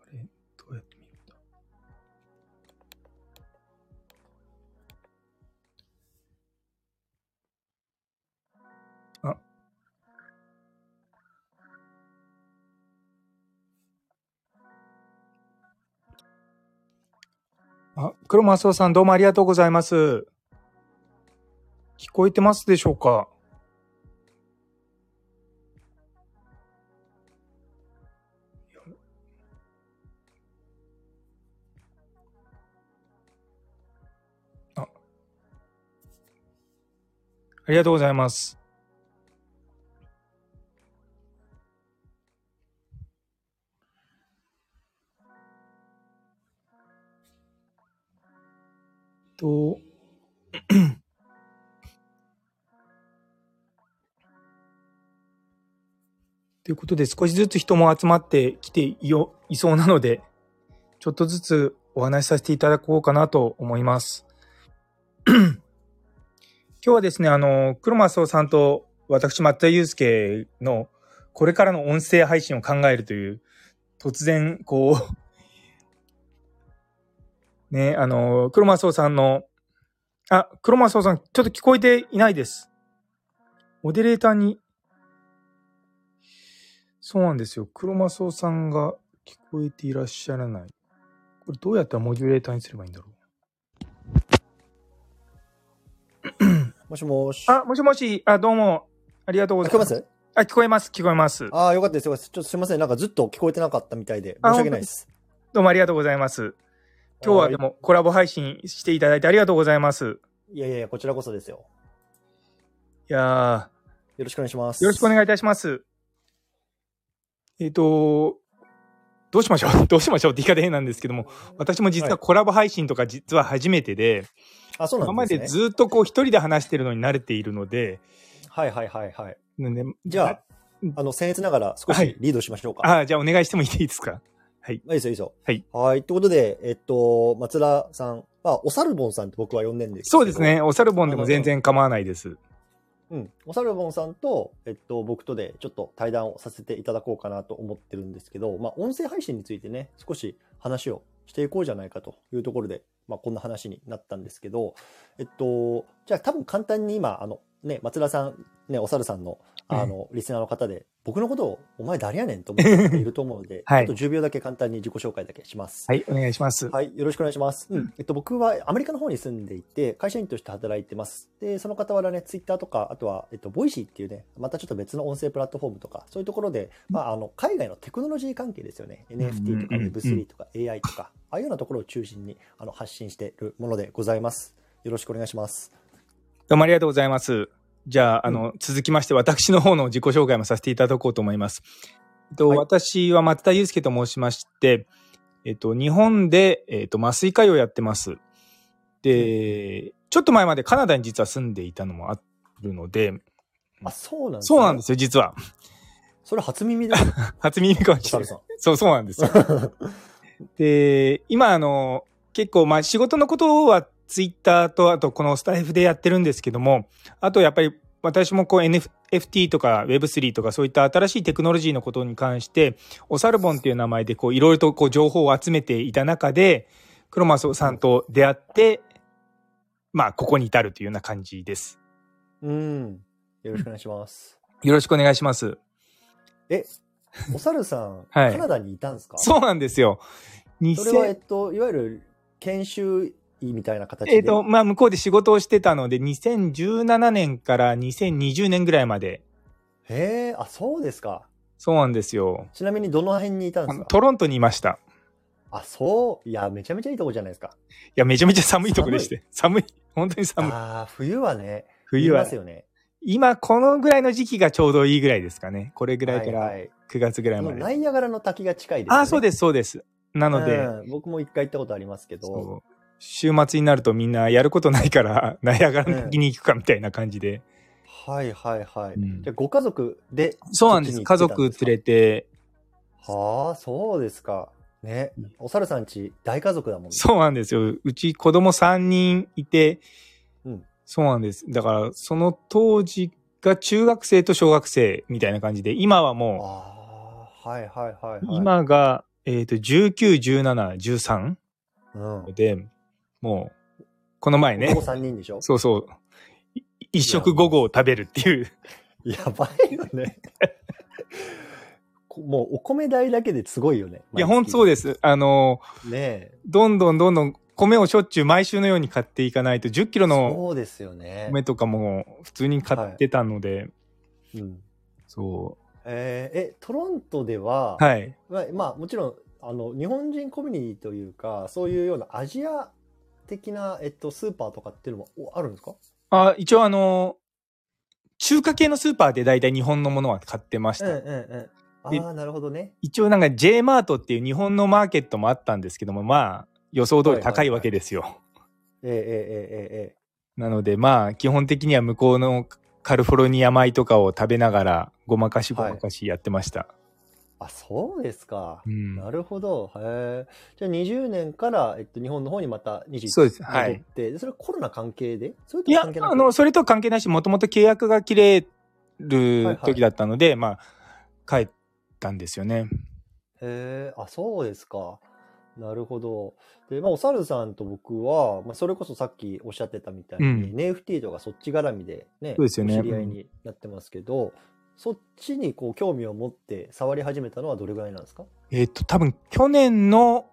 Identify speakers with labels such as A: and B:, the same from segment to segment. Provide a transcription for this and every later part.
A: あれ、どうやって見るんだあ。あ、黒マスオさんどうもありがとうございます。聞こえてますでしょうかあ、ありがとうございます。と、 ということで少しずつ人も集まってきていよいそうなので、ちょっとずつお話しさせていただこうかなと思います。今日はですね、あの、黒松尾さんと私、松田祐介のこれからの音声配信を考えるという、突然、こう ね、あの、黒松尾さんの、あ、黒松尾さん、ちょっと聞こえていないです。モデレーターに、そうなんですよ。黒松尾さんが聞こえていらっしゃらない。これどうやったらモデュレーターにすればいいんだろ
B: うもしもし。
A: あ、もしもし。あ、どうも。ありがとうございます。
B: 聞こえます
A: あ、聞こえます。聞こえます。
B: あ、よかったです。よかったです。ちょっとすいません。なんかずっと聞こえてなかったみたいで、申し訳ないです。
A: どうもありがとうございます。今日はでもコラボ配信していただいてありがとうございます。
B: いやいやこちらこそですよ。
A: いや
B: よろしくお願いします。
A: よろしくお願いいたします。えっ、ー、と、どうしましょう どうしましょうって言い方変なんですけども、私も実はコラボ配信とか実は初めてで、
B: はい、あそうなん
A: 今までずっとこう一人で話してるのに慣れているので、
B: はいはいはいはい。
A: なんで
B: じゃあ、あの、僭越ながら少しリードしましょうか。
A: はい、あじゃあお願いしてもいいですか。はい。
B: いいですよ、いいですよ。
A: はい。
B: はい。ということで、えっと、松田さん、まあ、おさるぼんさんって僕は呼んでるんです
A: そうですね。おさるぼんでも全然構わないです。
B: うん。おさるぼんさんと、えっと、僕とでちょっと対談をさせていただこうかなと思ってるんですけど、まあ、音声配信についてね、少し話をしていこうじゃないかというところで、まあ、こんな話になったんですけど、えっと、じゃあ多分簡単に今、あの、ね、松田さん、ね、おさるさんの、あの、うん、リスナーの方で、僕のことを、お前誰やねんと思っていると思うので、 はい、ちょっと10秒だけ簡単に自己紹介だけします。
A: はい、お願いします。
B: はい、よろしくお願いします。うん。えっと、僕はアメリカの方に住んでいて、会社員として働いてます。で、その傍らね、ツイッターとか、あとは、えっと、ボイシーっていうね、またちょっと別の音声プラットフォームとか、そういうところで、まあ、あの、海外のテクノロジー関係ですよね。NFT とか Web3 とか AI とか、ああいうようなところを中心に、あの、発信しているものでございます。よろしくお願いします。
A: どうもありがとうございます。じゃあ、あの、うん、続きまして、私の方の自己紹介もさせていただこうと思います。えっと、はい、私は松田祐介と申しまして、えっと、日本で、えっと、麻酔科医をやってます。で、ちょっと前までカナダに実は住んでいたのもあるので、、
B: あ、そうなんです
A: ね、そうなんですよ、実は。
B: それ初 耳だ。
A: 初耳かもしれない。そう、そうなん ですよ。で、今、あの、結構、まあ、仕事のことはツイッターとあとこのスタイフでやってるんですけどもあとやっぱり私もこう NFT とか Web3 とかそういった新しいテクノロジーのことに関しておさるぼんっていう名前でいろいろとこう情報を集めていた中でクロマスさんと出会ってまあここに至るというような感じです。
B: うんよろしくお願いします。
A: よろしくお願いします。
B: えおさるさん、はい、カナダにいたんですか
A: そうなんですよ。
B: それはえっといわゆる研修みたいな形
A: えっ、と、まあ、向こうで仕事をしてたので、2017年から2020年ぐらいまで。
B: へえ、あ、そうですか。
A: そうなんですよ。
B: ちなみにどの辺にいたんですか
A: トロントにいました。
B: あ、そう。いや、めちゃめちゃいいとこじゃないですか。
A: いや、めちゃめちゃ寒いとこでして。 寒い。寒い本当に寒い。
B: ああ、冬はね。
A: 冬は。
B: ますよね。
A: 今、このぐらいの時期がちょうどいいぐらいですかね。これぐらいから9月ぐらいまで。
B: ナイアガラの滝が近いで
A: ね、
B: す、
A: あ、そうです、そうです。なので。
B: 僕も一回行ったことありますけど。
A: 週末になるとみんなやることないから ナイアガラの滝に行くかみたいな感じで、
B: うん、はいはいはい、うん、じゃあご家族で
A: そうなんです家族連れて
B: はあそうですかねお猿さんち大家族だもんね
A: そうなんですようち子供3人いて、うん、そうなんですだからその当時が中学生と小学生みたいな感じで今はも
B: うあはいはいはい、はい、
A: 今がえっ、と、19、17、
B: うん
A: 13。で、もう、この前ね
B: 男、3人でしょ
A: そうそう、い一食午後を食べるっていう。
B: やばいよね。こもうお米代だけですごいよね。
A: いや、ほんとそう
B: で
A: です。あの、
B: す。ねえ。
A: どんどんどんどん米をしょっちゅう毎週のように買っていかないと、10キロの
B: そうですよね。
A: 米とかも普通に買ってたので、
B: うん
A: そ
B: えーえ、トロントでは、
A: う。はい。
B: まあ、まあもちろんあの日本人コミュニティというかそういうようなアジア的な、えっと、スーパーとかっていうのもおあるんですか
A: あ、一応あの、中華系のスーパーで大体日本のものは買ってまし
B: うん
A: た。
B: うんうん。
A: で
B: ああ、なるほどね。
A: 一応なんか J マートっていう日本のマーケットもあったんですけども、まあ予想通り高いわけですよ。
B: えええええええ
A: なのでまあ基本的には向こうのカルフォルニア米とかを食べながらごまかしごまかしやってました。
B: えあ、そうですか。
A: うん
B: なるほど。へえ。じゃあ20年から、えっと、日本の方にまた21
A: そうですはい
B: 戻って、でそれコロナ関係でそれ
A: い
B: とも
A: や
B: 関係、なく
A: あの、それと関係ないし、もともと契約が切れ
B: はい
A: る
B: はい
A: 時だったので、まあ帰ったんですよね。
B: へえ、あ、そうですか。なるほど。で、まあ、お猿さんと僕は、まあ、それこそさっきおっしゃってたみたいに、
A: うん
B: NFT とかそっち絡みでね、
A: そうですよね
B: お知り合いになってますけど、そっちにこう興味を持って触り始めたのはどれぐらいなんですか
A: えっ、と、多分去年の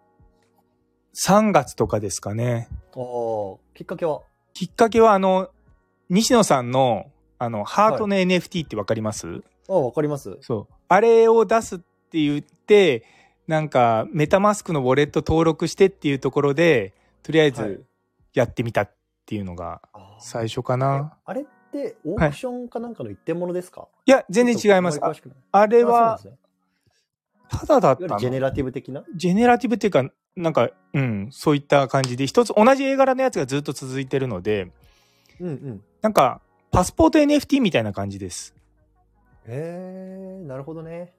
A: 3月とかですかね。
B: ああ、きっかけは
A: きっかけはあの西野さんのあのハートの NFT ってわかります、
B: ああ、わかります。
A: そうあれを出すって言ってなんかメタマスクのウォレット登録してっていうところでとりあえ
B: はい
A: ずやってみたっていうのが
B: あー
A: 最初かな、
B: えあれってオークションかなんかの一点物ですか、
A: い、や全然違います
B: ちょ
A: あ
B: っとあまり詳しくない
A: あれ
B: あ
A: は
B: そうなんですね
A: ただだっ
B: いわゆ
A: た
B: るジェネ
A: の
B: ラティブ的な
A: ジェネラティブっていうかなんかうんそういった感じで一つ同じ絵柄のやつがずっと続いてるので
B: うんうん。
A: なんかパスポート NFT みたいな感じです
B: へえ、なるほどね。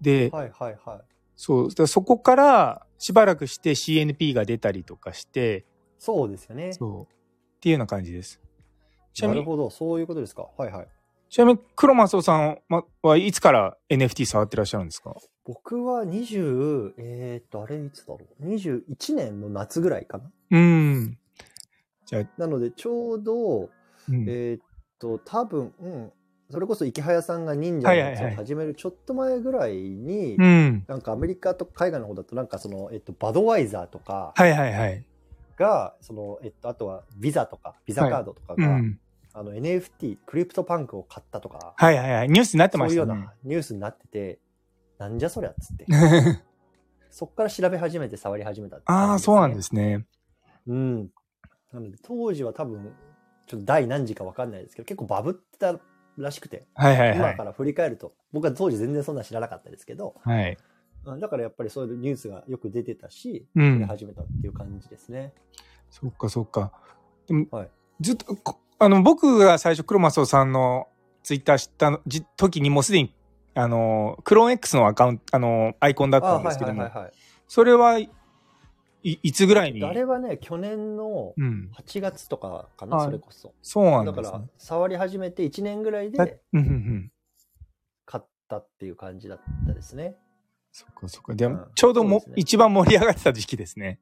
A: で、
B: はいはいはい。
A: そう。だからそこからしばらくして CNP が出たりとかして、
B: そうですよね。
A: そう。っていうような感じです。ちな
B: な
A: み
B: る
A: に、
B: ほど、そういうことですか。はいはい。
A: ちなみに黒マスオさんは、はいつから NFT 触ってらっしゃるんですか
B: 僕は20、えー、っと、あれいつだろう。21年の夏ぐらいかな。
A: うーん。じゃあ、
B: なので、ちょうど、
A: うん
B: えー、っと、多分、うん、それこそ池早さんが忍者
A: は
B: の
A: いはいはい
B: やつを始めるちょっと前ぐらいに、
A: うん。
B: なんかアメリカとか海外の方だと、なんかその、えっと、バドワイザーとか
A: はいはいはい。
B: が、その、えっと、あとはビザとか、ビザカードとか
A: う
B: が、
A: ん。
B: あの NFT、クリプトパンクを買ったとか、
A: はいはいはい。ニュースになって
B: そう
A: ま
B: いう
A: し
B: よ
A: た
B: う
A: ね
B: な。ニュースになってて、なんじゃそりゃっつって。
A: あ
B: そこから調べ始めて触り始めたって感 じ
A: あー、そうなんですすね。
B: ね。うん。なので当時は多分、ちょっと第何時か分かんないですけど、結構バブってたらしくて、
A: はいはいは
B: 今
A: い
B: か。ら振り返ると、僕は当時全然そんな知らなかったですけど、
A: はい。
B: うんだからやっぱりそういうニュースがよく出てたし、
A: う
B: 触れ
A: ん。
B: 始めたっていう感じですね。
A: そっかそっか。でも、
B: はい
A: ずっとこあの僕が最初黒マスオさんのツイッター知ったのじ時にもうすでにあのクローン X のアカウントあのアイコンだった
B: あ
A: んで
B: は
A: す
B: い
A: け
B: は
A: ど
B: い
A: も、
B: はいはい
A: それはいいつぐらいに
B: あれはね、去年の
A: うん、
B: 8月とかかな、
A: はい
B: それこそ。
A: そうなん
B: だ
A: で
B: か
A: す
B: ら
A: ね。、
B: 触り始めて1年ぐらい
A: だ
B: で
A: うんうんうん。
B: 買ったっていう感じだったですね。
A: そっかそっか。で、
B: うん
A: ちょうども
B: そうですね
A: 一番盛り上がってた時期ですね。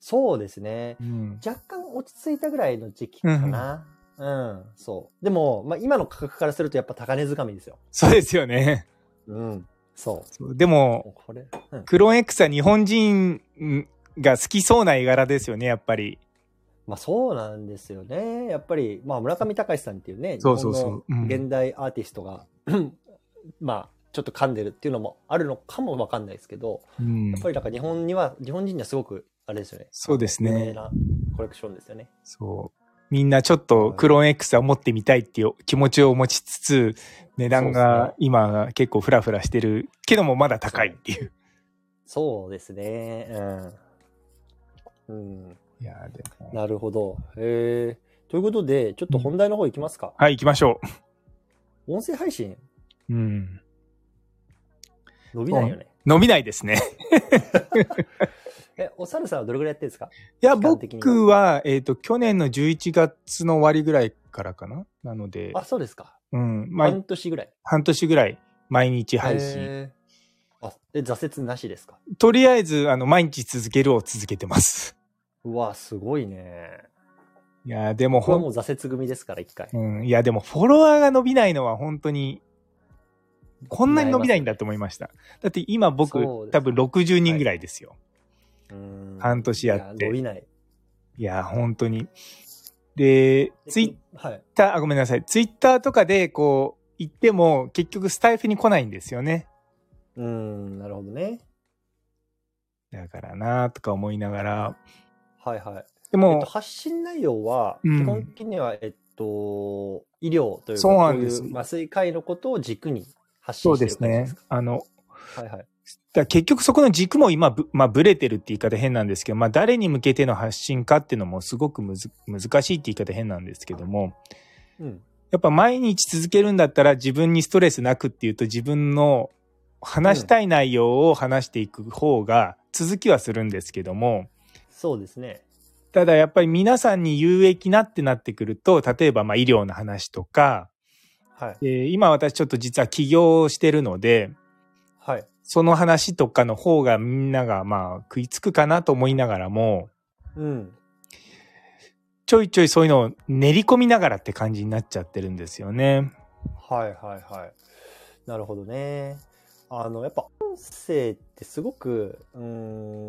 B: そうですね。
A: うん。
B: 若干落ち着いたぐらいの時期かな。うん、そう。でも、まあ、今の価格からするとやっぱ高値掴みですよ。
A: そうですよね。
B: うん。そ
A: そうで
B: う。
A: も
B: もうこれ、うん、
A: クローン X は日本人が好きそうな絵柄ですよねやっぱり。
B: まあそうなんですよね。やっぱり、まあ村上隆さんっていうね、
A: そうそうそう
B: 日本の
A: うん
B: 現代アーティストが、 まあちょっと噛んでるっていうのもあるのかもわかんないですけど、
A: うん
B: やっぱりなんか日本には、日本人にはすごく、あれですよね。
A: そうですね
B: 有名なコレクションですよね。
A: そう。みんなちょっとクローン X は持ってみたいっていう気持ちを持ちつつ、値段
B: そうです
A: が
B: ね
A: 今結構フラフラしてるけどもまだ高いっていう。
B: そうですね。うん。うん。
A: いやーでも。
B: なるほど。へえ。ということで、ちょっと本題の方行きますか。
A: はい、行きましょ
B: 音声配信、
A: う。うん。
B: 伸びないよね。
A: 伸びないですね。
B: え、お猿さんはどれぐらいやってるんですか
A: いや、
B: 時間的には
A: 僕は、えっ、と、去年の11月の終わりぐらいからかな。なので、
B: あ、そうですか。
A: うん、まあ、
B: 半年ぐらい。
A: 半年ぐらい毎日配信。
B: へあ、で、挫折なしですか
A: とりあえず、あの、毎日続けるを続けてます。
B: うわ、すごいね。
A: いやー、でも
B: 僕はも
A: ほ
B: う挫折組ですから、一回。
A: ん、うん、いや、でもフォロワーが伸びないのは本当に、こんなに伸びないんだと思いました。だって今僕、
B: そうです
A: 多分60人ぐらいですよ。
B: うーん
A: 半年やって
B: い伸びない。
A: い、やー、本当に。で、ツイッ
B: はい。
A: ター、あ、ごめんなさい。ツイッターとかでこう、行っても結局スタイフに来ないんですよね。
B: うーん、なるほどね。
A: だからなーとか思いながら。
B: はいはい。
A: で
B: えっと、
A: も、
B: 発信内容は、
A: うん
B: 基本的には、えっと、医療というか、
A: そうなんです
B: こいう麻酔科医のことを軸に発
A: そ
B: 信
A: う
B: して
A: で
B: る
A: す
B: 感じで
A: ね
B: すか。。
A: あの、
B: はいはい。
A: だから結局そこの軸も今ぶ、まあ、ブレてるって言い方変なんですけど、まあ、誰に向けての発信かっていうのもすごくむず難しいって言い方変なんですけども
B: うん。
A: やっぱ毎日続けるんだったら自分にストレスなくっていうと自分の話したい内容を話していく方が続きはするんですけども
B: そうですね。
A: ただやっぱり皆さんに有益なってなってくると例えばまあ医療の話とか、
B: は
A: え
B: い。
A: ー今私ちょっと実は起業をしてるので
B: はい。
A: その話とかの方がみんながまあ食いつくかなと思いながらも、
B: うん。
A: ちょいちょいそういうのを練り込みながらって感じになっちゃってるんですよね。
B: はいはいはい。なるほどね。あの、やっぱ音声ってすごく、うー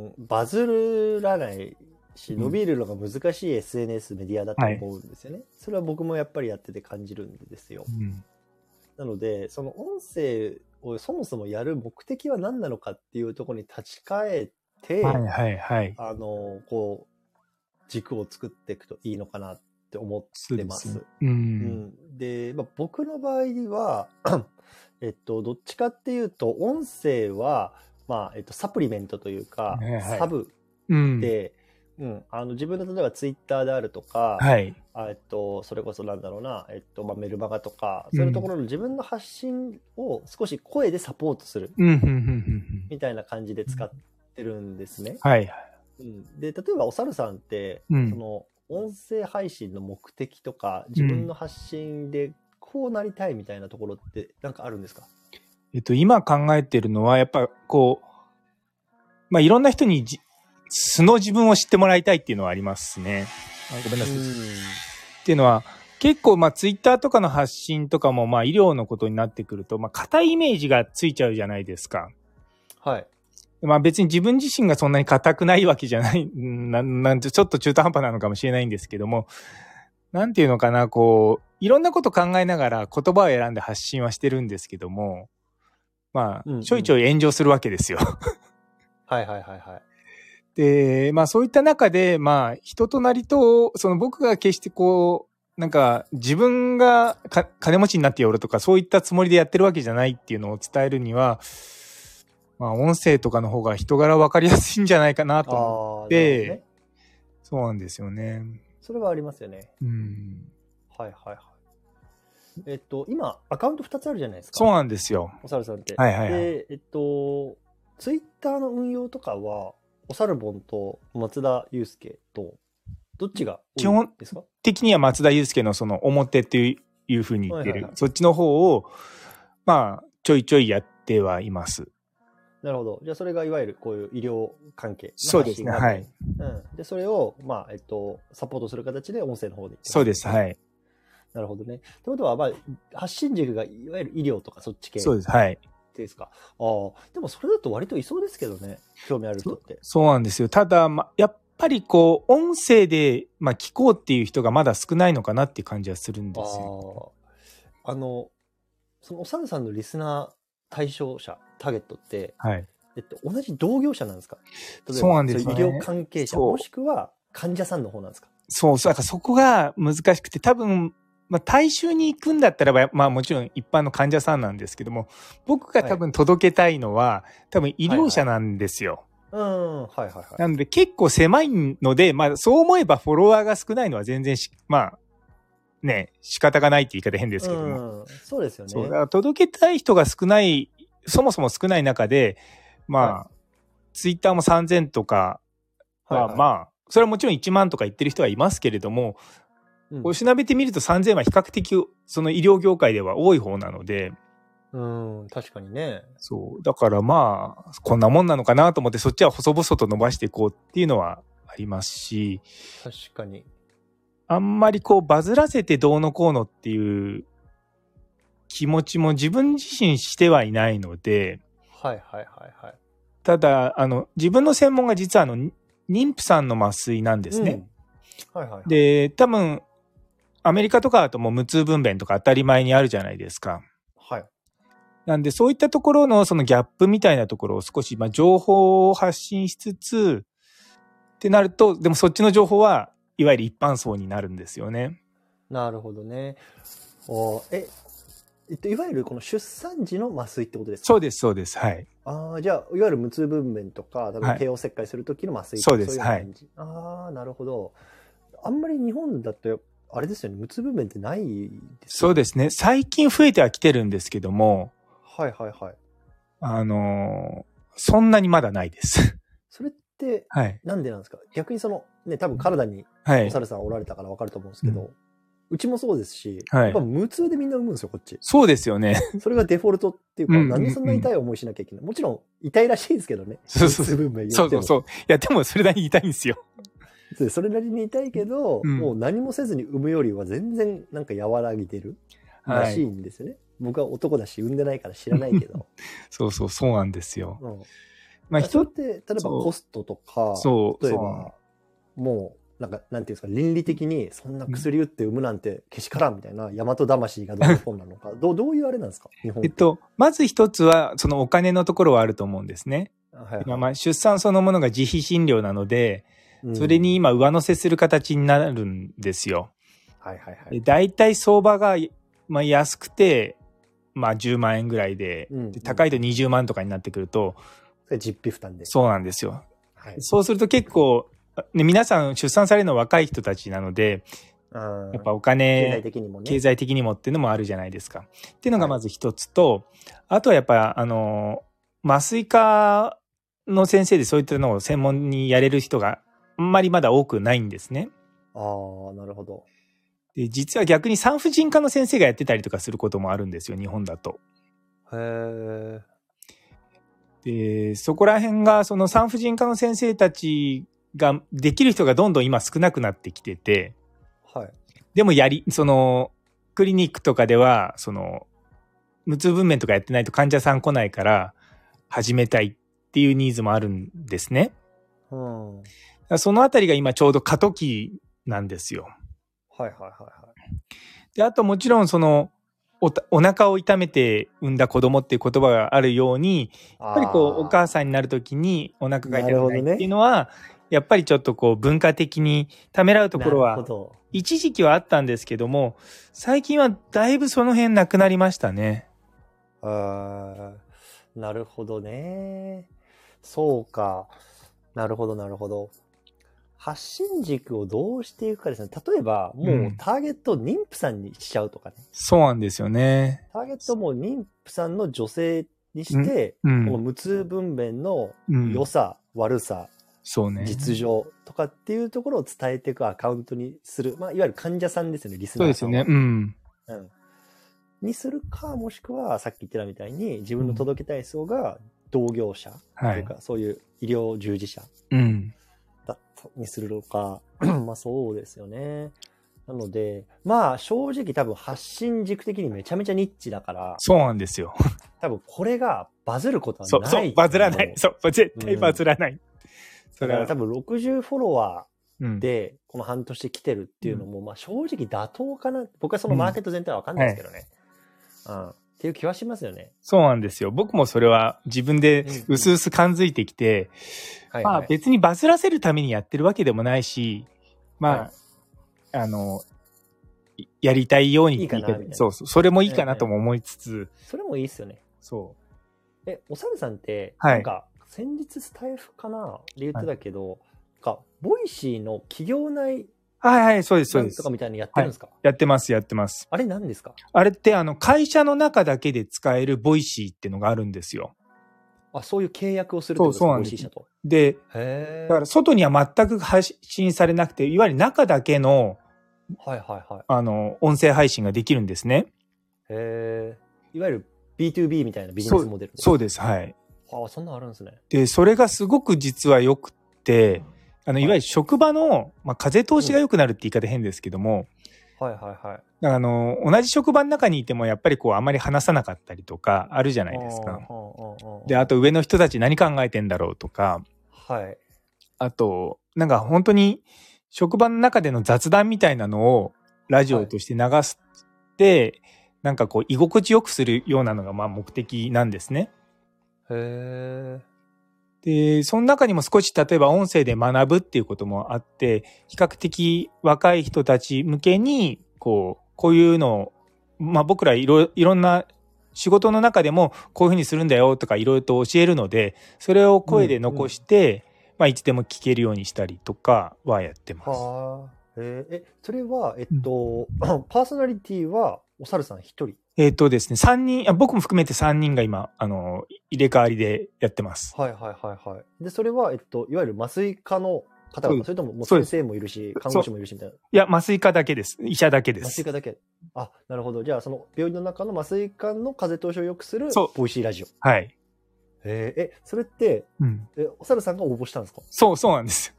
B: ん、バズらないし、
A: うん
B: 伸びるのが難しい SNS メディアだと思うんですよね。それは僕もやっぱりやってて感じるんですよ。
A: うん、
B: なので、その音声をそもそもやる目的は何なのかっていうところに立ち返って、
A: はいはいはい。
B: あの、こう、軸を作っていくといいのかなって思って
A: そうで
B: ますす
A: ね。。うん。
B: うんで、まあ、僕の場合は、 えっと、どっちかっていうと、音声は、まあ、えっと、サプリメントというか、
A: はいはい
B: サブ
A: うん。
B: で、うん、あの、自分の例えばツイッターであるとか、
A: はい。
B: あえっと、それこそなんだろうな、えっと、まあ、メルマガとか、そういうところの自分の発信を少し声でサポートする
A: うん、うん、うん、うん。
B: みたいな感じで使ってるんですね。
A: はい。
B: うん、で、例えばお猿さんって、
A: うん
B: その音声配信の目的とか、自分の発信でこうなりたいみたいなところってなんかあるんですか、
A: えっと、今考えてるのは、やっぱこう、まあ、いろんな人にじ素の自分を知ってもらいたいっていうのはありますね。あごめんなさい。っていうのは結構まあツイッターとかの発信とかもまあ医療のことになってくるとまあ硬いイメージがついちゃうじゃないですか。
B: はい。
A: まあ別に自分自身がそんなに硬くないわけじゃない、 うんなんなんてちょっと中途半端なのかもしれないんですけども、なんていうのかな、こう、いろんなこと考えながら言葉を選んで発信はしてるんですけども、ま
B: うんう
A: あ
B: ん
A: ちょいちょい炎上するわけですよ。
B: はいはいはいはい。
A: で、まあそういった中で、まあ人となりと、その僕が決してこう、なんか自分がか金持ちになってやろうとかそういったつもりでやってるわけじゃないっていうのを伝えるには、まあ音声とかの方が人柄わかりやすいんじゃないかなと思う。
B: ああ、
A: で
B: なるほどね
A: そうなんですよね。
B: それはありますよね。
A: うん。
B: はいはいはい。えっと、今、アカウント2つあるじゃないですか。
A: そうなんですよ。
B: お猿さんって。
A: はいはいはい
B: で、えっと、ツイッターの運用とかは、お猿ぼんと松田祐介と、どっちが多い
A: 基本
B: ですか
A: 的には松田祐介のその表っていういうふうに言ってる、
B: はいはいはい
A: そっちの方を、まあちょいちょいやってはいます。
B: なるほど。じゃあ、それがいわゆるこういう医療関係の
A: そうですね。
B: 発信が
A: はい。
B: うん。で、それを、まあ、えっと、サポートする形で音声の方で。
A: そうです。
B: い。
A: はい。
B: なるほどね。ってことは、まあ、発信軸がいわゆる医療とかそっち系
A: そうです。はい。
B: ですか。ああ、でもそれだと割といそうですけどね。興味ある人って。
A: そうなんですよ。ただ、ま、やっぱりこう、音声で、まあ、聞こうっていう人がまだ少ないのかなっていう感じはするん
B: あ
A: ですよ。
B: あ。あの、そのおさるさんのリスナー対象者、ターゲットって、
A: はい。
B: えっと、同じ同業者なんですか例えば
A: そうなんですね
B: そういう医療関係者、
A: そう
B: もしくは患者さんの方なんですか
A: そうそう。だからそこが難しくて、多分、まあ、大衆に行くんだったらば、まあ、もちろん一般の患者さんなんですけども、僕が多分届けたいのは、多分医療者なんですよ。
B: うん、はいはいはい。
A: なので、結構狭いので、まあ、そう思えばフォロワーが少ないのは全然し、まあ、ね、仕方がないって言い方変ですけども。
B: うん、そうですよね。
A: そうだから届けたい人が少ないそもそも少ない中でまあ、
B: は
A: ツイッターも3000とかは、
B: はいはい
A: まあそれはもちろん1万とか言ってる人はいますけれども、
B: うん
A: こう調べてみると3000は比較的その医療業界では多い方なので
B: うん、確かにね。
A: そう。だからまあ、こんなもんなのかなと思って、そっちは細々と伸ばしていこうっていうのはありますし、
B: 確かに。
A: あんまりこうバズらせてどうのこうのっていう気持ちも自分自身してはいないので、
B: はいはいはいはい。
A: ただ、あの、自分の専門が実はあの、に妊婦さんの麻酔なんですね。
B: うん。はいはいはい。
A: で、多分、アメリカとかだともう無痛分娩とか当たり前にあるじゃないですか。
B: はい。
A: なんで、そういったところのそのギャップみたいなところを少し、まあ、情報を発信しつつ、ってなると、でもそっちの情報はいわゆる一般層になるんですよね。
B: なるほどね。おーえ、えっと、いわゆるこの出産時の麻酔ってことですか
A: そうです、そうです。はい。
B: ああ、じゃあ、いわゆる無痛分娩とか、例えば
A: はい
B: 帝王切開するときの麻酔とか、
A: そうです
B: い感じ。ああ、なるほど。あんまり日本だと、あれですよね、無痛分娩ってないですよね
A: そうですね。最近増えてはきてるんですけども、
B: はいはいはい。
A: あのーそんなにまだないです。
B: それって、
A: はい。
B: なんでなんですか逆にその、ね、多分体に
A: は
B: お
A: い。
B: 猿さんおられたからわかると思うんですけど、う
A: う
B: ちもそうですし、
A: はい
B: やっぱ無痛でみんな産むんですよ、こっち。
A: そうですよね。
B: それがデフォルトっていうか、
A: うん
B: なんでそんな痛い思いしなきゃいけない、もちろん痛いらしいですけどね。
A: そうそう
B: 無痛分娩言って
A: そ
B: も
A: うそうそう。いや、でもそれなりに痛いんですよ。
B: でそれなりに痛いけど、
A: うん
B: もう何もせずに産むよりは全然なんか和らぎてるら
A: は
B: しい
A: い。
B: んですよね。僕は男だし産んでないから知らないけど。
A: そうそう、そうなんですよ。
B: うん、
A: まあ、人
B: それっ、て例えば
A: そう
B: コストとか
A: そう、
B: 例え
A: そう
B: ばもうなんかなんていうんですか倫理的にそんな薬打って産むなんてけしからんみたいな大和魂がどうのこうなのかどうどういうあれなんですか日本
A: えっと、まず一つは、そのお金のところはあると思うんですね。
B: はいはい
A: まあまあ、出産そのものが自費診療なので、
B: うん
A: それに今上乗せする形になるんですよ。
B: はいはいは
A: で
B: い
A: 大体相場が、まあ、安くて、まあ、10万円ぐらいで,
B: うん
A: で高いと20万とかになってくると、
B: それ実費負担で、
A: そうなんですよ。
B: はい、
A: そうすると結構、ね、皆さん出産されるのは若い人たちなので、
B: や
A: やっぱお
B: 経済
A: 金、
B: 的にもね
A: 経済的にもっていうのもあるじゃないですか。っていうの
B: は
A: が
B: い
A: まず一つと、あとはやっぱ、あの、麻酔科の先生でそういったのを専門にやれる人があんまりまだ多くないんですね。
B: ああなるほど
A: で実は逆に産婦人科の先生がやってたりとかすることもあるんですよ日本だと。
B: へえ
A: でそこら辺がその産婦人科の先生たちができる人がどんどん今少なくなってきてて
B: はい
A: でもやりそのクリニックとかではその無痛分娩とかやってないと患者さん来ないから始めたいっていうニーズもあるんですね。
B: うんはい
A: だからそのあたりが今ちょうど過渡期なんですよ。
B: はいはいはい
A: であともちろんそのおたお腹を痛めて産んだ子供っていう言葉があるように
B: や
A: やっぱりこうお母
B: さ
A: さんになるときにお腹が痛
B: なるほ
A: く
B: ど
A: な
B: ね
A: いっていうのは、やっぱりちょっとこう文化的にためらうところは一時期はあったんですけども最近はだいぶその辺なくなりましたね。
B: あーなるほどね。そうか。なるほど、なるほど。発信軸をどうしていくかですね。例えば、もううんターゲットを妊婦さんにしちゃうとかね。
A: そうなんですよね。
B: ターゲットをもう妊婦さんの女性にして、
A: う
B: この
A: ん。
B: 無痛分娩の
A: うん
B: 良、さ、悪さ、
A: そうね。
B: 実情とかっていうところを伝えていくアカウントにする。まあ、いわゆる患者さんですよね、リス
A: そ
B: ナ
A: う
B: ー
A: です
B: さ
A: よ
B: ん
A: ね
B: は。。
A: うん。
B: うん、にするかもしくはさっき言ってたみたいに自分の届けたい層が同業者と
A: はいいう
B: か、。そういう医療従事者
A: うん。
B: だったにするのか まあそうですよねなのでまあ正直多分発信軸的にめちゃめちゃニッチだから
A: そうなんですよ。
B: 多分これがバズることはな
A: そ、
B: いう
A: そう、バズらない。
B: だ
A: そう、絶対バズらない。そ
B: か
A: れ
B: ら
A: は
B: 多、分60フォロワ
A: うん
B: ー。でこの半年来てるっていうのも、まあ正直妥当かな僕はそのマーケット全体は分かんないですけどね、うんっていう気はしますよね
A: そうなんですよ。僕もそれは自分で
B: うん
A: 薄々感づいてきて、
B: はい、
A: ま
B: は
A: あ
B: い
A: 別にバズらせるためにやってるわけでもないし、まあ、あの、いやりたいようにって言って
B: いいかなみたいな
A: そうそう、それもいいかなとも思いつつ、
B: それもいいっすよね。
A: そ
B: え、おさるさんって、
A: はい
B: なんか、先日スタイフかなで言ってたけど、か、ボイシーの企業内
A: う。はいはい、そうです、そう
B: なん
A: です
B: とか。みたいなのやってるんですか、
A: やってます、やってます。
B: あれ何ですか
A: あれって、あの、会社の中だけで使えるボイシーってのがあるんですよ。
B: あ、そういう契約をするってことです
A: そうそう
B: か
A: なん
B: ボイ
A: です
B: シー社と。
A: で、
B: へ
A: だ
B: え。
A: から外には全く発信されなくて、いわゆる中だけの、
B: はいはいはい。
A: あの、音声配信ができるんですね。
B: へえ。いわゆる B2B みたいなビジネスモデルで
A: そうです。はい。
B: ああ、そんなんあるんですね。
A: で、それがすごく実は良くって、あの、
B: はい
A: いわゆる職場の、まあ、風通しが良くなるって言い方変ですけども、
B: はいはいは
A: だ
B: い。
A: からあの、同じ職場の中にいても、やっぱりこう、あまり話さなかったりとか、あるじゃないです
B: あ
A: か。
B: ー。あーあー
A: で、あと上の人たち何考えてんだろうとか、
B: はい。
A: あと、なんか本当に職場の中での雑談みたいなのをラジオとして流すって、なんかこう居心地よくするようなのがまあ目的なんですね。
B: へえ。
A: で、その中にも少し例えば音声で学ぶっていうこともあって、比較的若い人たち向けに、こう、こういうのを、まあ僕らいろいろんな仕事の中でもこういうふうにするんだよとかいろいろと教えるので、それを声で残して、まあいつでも聞けるようにしたりとかはやってます。
B: はあ。へえ。え、それは、えっと、 パーソナリティは、お猿さん一人。
A: えっ、とですね、三人あ、僕も含めて3人が今、あの、入れ替わりでやってます。
B: はいはいはいはい。で、それは、えっと、いわゆる麻酔科の方
A: そうで
B: 々、
A: す
B: それとももう
A: そう
B: 先
A: です
B: 生もいるし、看護師もいるしみたいな。
A: いや、麻酔科だけです。医者だけで
B: 麻
A: す
B: 酔。科だけ。あ、なるほど。じゃあ、その病院の中の麻酔科の風通しを良くする、
A: そう
B: ボイシーラジオ。へ
A: はい。
B: え、え、それって、
A: うん。
B: え、お猿さんが応募したんですか
A: そう、そうなんです。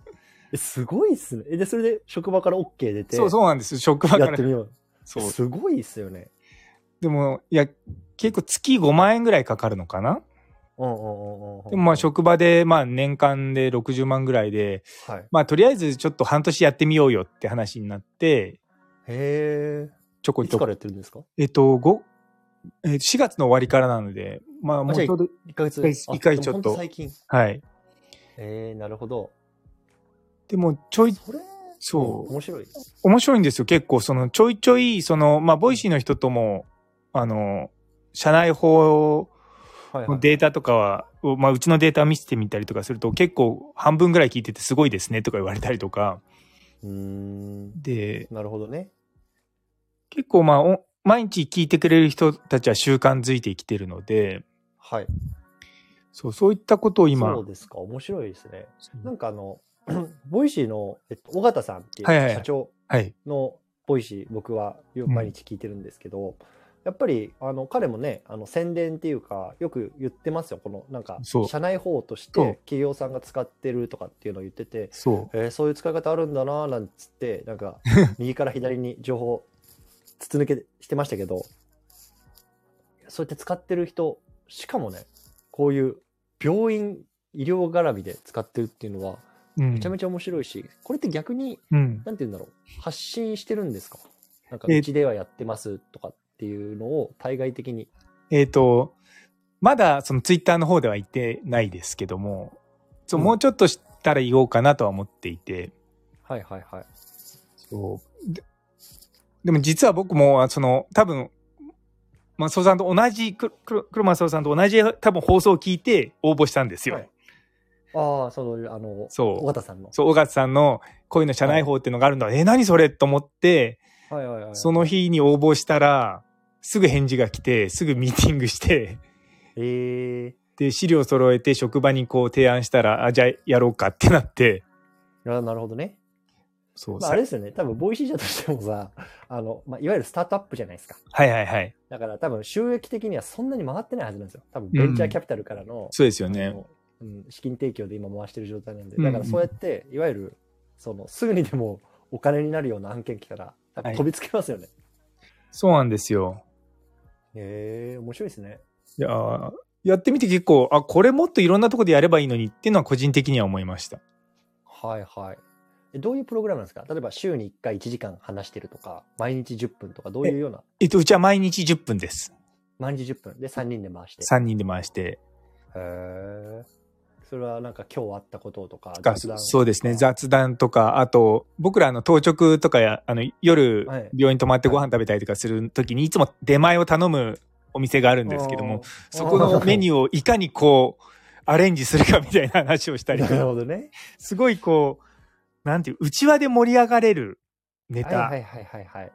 B: え、すごいっすね。え、で、それで職場から OK 出て、
A: そう、そうなんです。職場か
B: やっ
A: ら
B: て。みよう。
A: そう。
B: すごいっすよね。
A: でも、いや、結構月5万円ぐらいかかるのかな
B: うんうんうんうんうん。
A: でもまあ職場で、まあ年間で60万ぐらいで、
B: はい。へ
A: まあとりあえずちょっと半年やってみようよって話になって、
B: え。
A: ちょこ
B: い
A: ち
B: つ
A: ょ
B: か
A: こ。
B: らやってるんですか
A: えっと、5、えー4月の終わりからなので、まあもう
B: じゃあ
A: ちょうど、
B: 一ヶ月
A: 一回
B: あ
A: 一回
B: でも
A: ちょっと
B: ほん最近。
A: はい。
B: えー、なるほど。
A: でもちょい
B: それ、
A: そう
B: うん面白い。
A: 面白いんですよ結構そのちょいちょいそのまあボイシーの人ともあの社内法
B: はい、は
A: の
B: い。
A: データとかは、まあ、うちのデータ見せてみたりとかすると結構半分ぐらい聞いててすごいですねとか言われたりとか
B: うーん。
A: で
B: なるほどね。
A: 結構まあお毎日聞いてくれる人たちは習慣づいてきてるので
B: はい。
A: そうそういったことを今
B: そうですか。面白いですね。なんかあの、 ボイシーの、えっと、尾形さんっていう
A: はいはいはい
B: 社長
A: はい
B: のボイシー、僕はよ毎日聞いてるんですけど、やっぱりあの彼もねあの宣伝っていうかよく言ってますよこのなんか
A: そう
B: 社内法とし
A: そう
B: て企業さんが使ってるとかっていうのを言ってて、
A: そ
B: えーそういう使い方あるんだなーなんつってな んか右から左に情報筒抜けしてましたけどそうやって使ってる人しかもねこういう病院医療絡みで使ってるっていうのは
A: う、うん
B: めちゃめちゃ面白いし、これって逆に
A: うん、
B: なんて言うんだろう発信してるんですかなんか
A: え
B: うちではやってますとかっていうのを対外的に
A: えっ、と、まだそのツイッターの方では言ってないですけども、そう
B: うん
A: もうちょっとしたら言おうかなとは思っていて、
B: はいはいはい
A: そうででも実は僕も、あその、多分、松尾さんと同じ、くく黒松尾さんと同じ多分放送を聞いて応募したんですよ。
B: はいああそのあの
A: そう
B: 尾形さんの
A: そう、尾形さんの恋の社内法っていうのがあるんだ。え、何それと思って、
B: はいはいはい
A: その日に応募したら、すぐ返事が来て、すぐミーティングして、
B: えー、
A: で、資料揃えて職場にこう提案したら、あ、じゃあやろうかってなって、
B: ななるほどね
A: そう
B: まあ、あれですよね、多分ボイシー社としてもさ、 あのまあ、いわゆるスタートアップじゃないですか。
A: はいはいはい。
B: だから多分収益的にはそんなに回ってないはずなんですよ。多分ベンチャーキャピタルからの,、
A: そうですよね。
B: のうん、資金提供で今回してる状態なんで、
A: うん
B: だからそうやって、いわゆるそのすぐにでもお金になるような案件来たら、多分飛びつきますよね。
A: そうなんですよ。
B: へえ面白いですね。
A: いやーやってみて結構、あ、これもっといろんなとこでやればいいのにっていうのは個人的には思いました。
B: はいはい。えどういうプログラムなんですか例えば週に1回1時間話してるとか、毎日10分とか、どういうような、
A: えっと、うちは毎日10分です。
B: 毎日10分で3人で回して。
A: 3人で回して。
B: へえ。それはなんか今日あったこととか、
A: が
B: 雑談
A: そうですね。
B: とか
A: 雑談とか、あと、僕らあの当直とかや、あの夜
B: はい、
A: 病院泊まってご飯食べたりとかするときに、いつも出前を頼むお店があるんですけども、、そこのメニ
B: ュ
A: ューをいかにこう、アレンジするかみたいな話をしたりと
B: なる
A: か、
B: ほどね。
A: すごいこう、なんていう、内輪で盛り上がれるネ
B: はい
A: タ。
B: はいはいはいはい。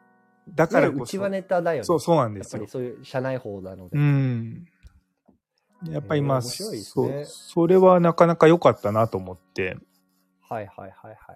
A: だ
B: だか
A: かららこ
B: うち
A: そ、
B: はネタだよね。
A: そうそうなんで
B: やっ
A: す
B: ぱ
A: よ
B: り。そういう社内法なので。
A: うん。やっぱりまあ、
B: えー面白いです
A: そ
B: ね
A: う、それはなかなか良かったなと思って。
B: はいはいはいは